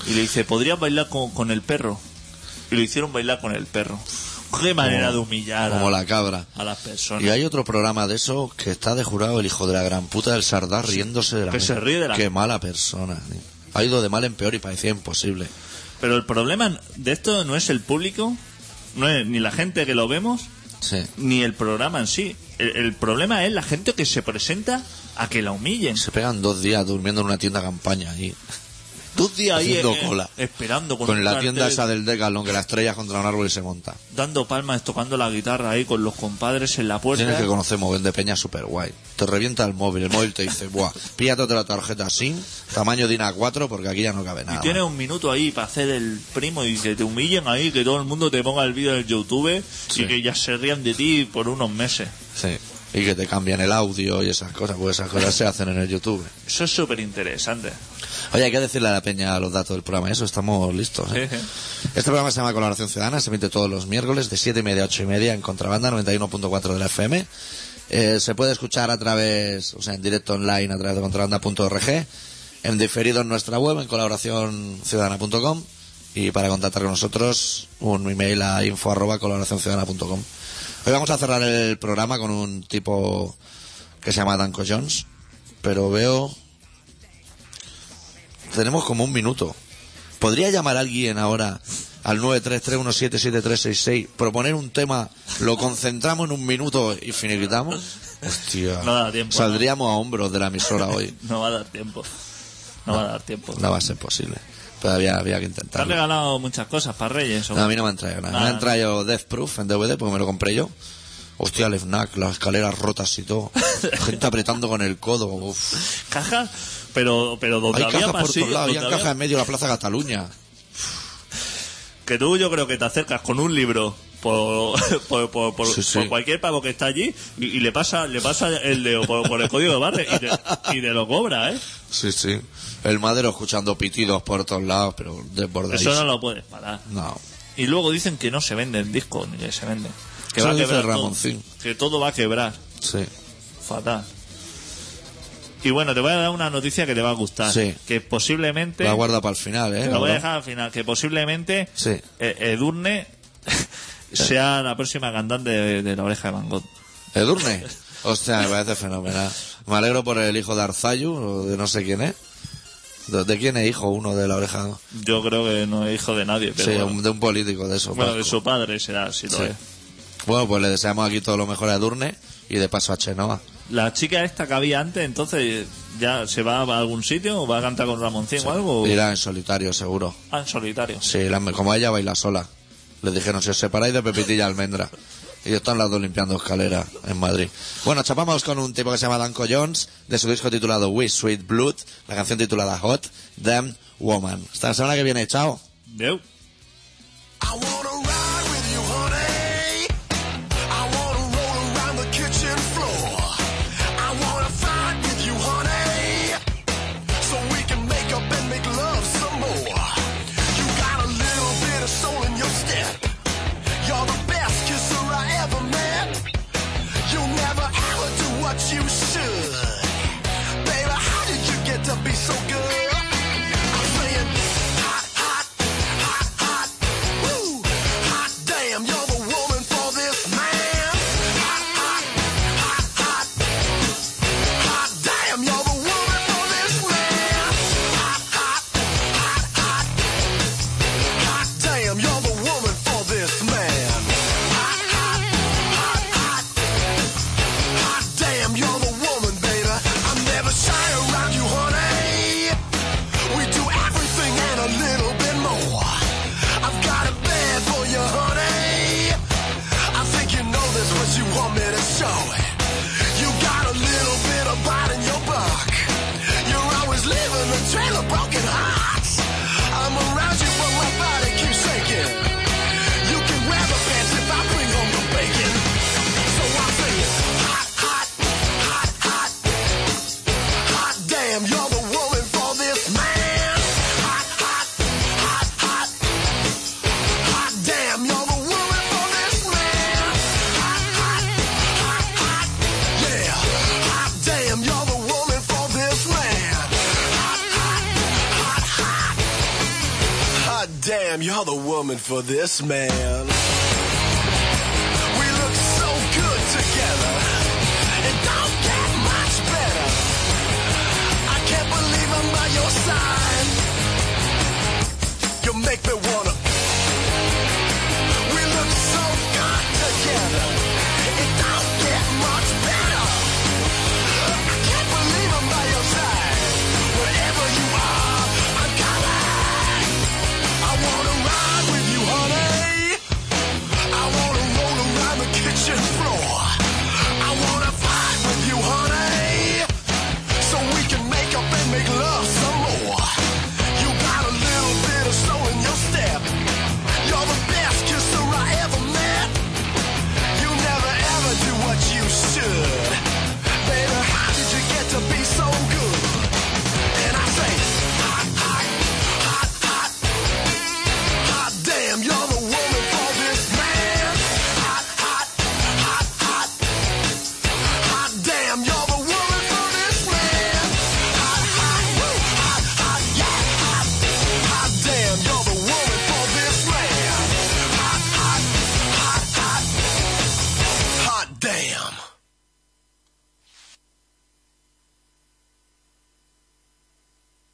Speaker 2: Y le dice, ¿podrías bailar con, con el perro? Y le hicieron bailar con el perro. Qué manera de humillar a,
Speaker 1: Como la cabra.
Speaker 2: a las personas.
Speaker 1: Y hay otro programa de eso que está de jurado el hijo de la gran puta del Sardar riéndose de la
Speaker 2: que se
Speaker 1: mesa.
Speaker 2: ríe de la-
Speaker 1: Qué mala persona. tío. Ha ido de mal en peor y parecía imposible.
Speaker 2: Pero el problema de esto no es el público, no es ni la gente que lo vemos,
Speaker 1: Sí.
Speaker 2: ni el programa en sí. El, el problema es la gente que se presenta a que la humillen.
Speaker 1: Se pegan dos días durmiendo en una tienda campaña allí.
Speaker 2: Dos días ahí
Speaker 1: Haciendo
Speaker 2: eh,
Speaker 1: cola.
Speaker 2: esperando con,
Speaker 1: Con
Speaker 2: un
Speaker 1: la
Speaker 2: cartel,
Speaker 1: tienda esa del Decathlon que la estrellas contra un árbol y se monta.
Speaker 2: dando palmas, tocando la guitarra ahí con los compadres en la
Speaker 1: Tienes
Speaker 2: puerta.
Speaker 1: que conocer móvil de peña super guay. Te revienta el móvil, el móvil te dice, buah, píllate otra tarjeta SIM, tamaño DINA 4 porque aquí ya no cabe nada.
Speaker 2: Tienes un minuto ahí para hacer el primo y que te humillen ahí, que todo el mundo te ponga el vídeo en YouTube
Speaker 1: Sí.
Speaker 2: y que ya se rían de ti por unos meses.
Speaker 1: Sí. Y que te cambian el audio y esas cosas, pues esas cosas se hacen en el YouTube.
Speaker 2: Eso es súper interesante.
Speaker 1: Oye, hay que decirle a la peña los datos del programa, eso estamos listos. ¿eh?
Speaker 2: Sí,
Speaker 1: Este programa se llama Colaboración Ciudadana, se emite todos los miércoles de 7 y media a 8 y media en Contrabanda 91.4 de la FM. Eh, se puede escuchar a través, o sea, en directo online a través de contrabanda.org, en diferido en nuestra web, en colaboracionciudadana.com y para contactar con nosotros un email a info arroba colaboracionciudadana.com. Hoy vamos a cerrar el programa con un tipo que se llama Danco Jones, pero veo tenemos como un minuto. ¿Podría llamar a alguien ahora al 933177366, proponer un tema, lo concentramos en un minuto y finiquitamos? Hostia.
Speaker 2: No da tiempo,
Speaker 1: Saldríamos a hombros de la emisora hoy.
Speaker 2: No va a dar tiempo. No va a dar tiempo.
Speaker 1: No va a ser posible. Pero había, había que
Speaker 2: Te han
Speaker 1: intentarlo.
Speaker 2: regalado muchas cosas para Reyes. ¿o
Speaker 1: No, a mí no me han traído nada.
Speaker 2: Nada,
Speaker 1: Me han
Speaker 2: nada.
Speaker 1: traído Death Proof en DVD porque pues me lo compré yo. Hostia, el FNAC, las escaleras rotas y todo. Gente apretando con el codo. Uf.
Speaker 2: cajas, pero, pero donde
Speaker 1: Hay
Speaker 2: había
Speaker 1: cajas por todos
Speaker 2: pasillos,
Speaker 1: lados. Había
Speaker 2: donde había-
Speaker 1: cajas en medio de la Plaza Cataluña.
Speaker 2: que tú yo creo que te acercas con un libro por, por, por, por-
Speaker 1: Sí, sí.
Speaker 2: por cualquier pavo que está allí y, y le pasa le pasa el dedo por, por el código de barre y te, y te lo cobra, ¿eh?
Speaker 1: Sí, sí. El madero escuchando pitidos por todos lados, pero desbordadísimo.
Speaker 2: Eso no lo puedes parar.
Speaker 1: No.
Speaker 2: Y luego dicen que no se venden discos ni que se venden. Que
Speaker 1: Eso
Speaker 2: va a
Speaker 1: dice
Speaker 2: quebrar
Speaker 1: Ramoncín.
Speaker 2: todo, que todo va a quebrar.
Speaker 1: Sí.
Speaker 2: Fatal. Y bueno, te voy a dar una noticia que te va a gustar.
Speaker 1: Sí.
Speaker 2: Que posiblemente...
Speaker 1: La guarda para el final, ¿eh?
Speaker 2: Lo voy a
Speaker 1: Ahora.
Speaker 2: dejar al final, que posiblemente
Speaker 1: Sí.
Speaker 2: eh, Edurne sea la próxima cantante de, de la oreja de Van Gogh.
Speaker 1: Edurne. Hostia, me parece fenomenal. Me alegro por el hijo de Arzayu, o de no sé quién es. ¿De, de quién es hijo uno de la oreja?
Speaker 2: Yo creo que no es hijo de nadie, pero
Speaker 1: sí,
Speaker 2: bueno,
Speaker 1: un- de un político de esos.
Speaker 2: Bueno, de
Speaker 1: vascos.
Speaker 2: su padre será, si lo
Speaker 1: Sí.
Speaker 2: es.
Speaker 1: Bueno, pues le deseamos aquí todo lo mejor a Edurne y de paso a Chenoa.
Speaker 2: La chica esta que había antes, entonces, ¿ya se va a algún sitio o va a cantar con Ramoncín o algo? o-
Speaker 1: Irá en solitario, seguro.
Speaker 2: Ah, en solitario.
Speaker 1: Sí, la- como ella baila sola. Le dijeron, si os separáis de Pepitilla Almendra. Y están las dos limpiando escaleras en Madrid. Bueno, chapamos con un tipo que se llama Danco Jones, de su disco titulado We Sweet Blood, la canción titulada Hot Damn Woman. Hasta la semana que viene, chao.
Speaker 2: Deu.
Speaker 7: I wanna ride with you, honey. I wanna roll around the kitchen floor. I wanna fight with you, honey. So we can make up and make love some more. You got a little bit of soul in your step. You're the best kisser I ever met. You never ever do what you should. Baby, how did you get to be so good? I'm saying, hot, hot, hot, hot. Woo! Hot damn, you're the woman for this man. Hot, hot, hot, hot. Hot damn, you're the woman for this man. Hot, hot, hot, hot. Hot damn, you're the woman for this man. Hot, hot, hot, hot. Hot damn, you're the woman, baby. I'm never shy around you, honey. We do everything and a little bit more. I've got a plan for you, honey. I think you know this, but you want me to show it. You got a little bit of bite in your buck. You're always living a trail of broken hearts. I'm around you, but my body keeps shaking. You can wear the pants if I bring home the bacon. So I'm saying, hot, hot, hot, hot. Hot slam. You're the woman for this man. Hot, hot, hot, hot. Hot damn, you're the woman for this man. Hot, hot, hot, hot. Yeah. Hot damn, you're the woman for this man. Hot, hot, hot, hot. Hot damn, you're the woman for this man. We look so good together. It don't get much better. I can't believe I'm by your side.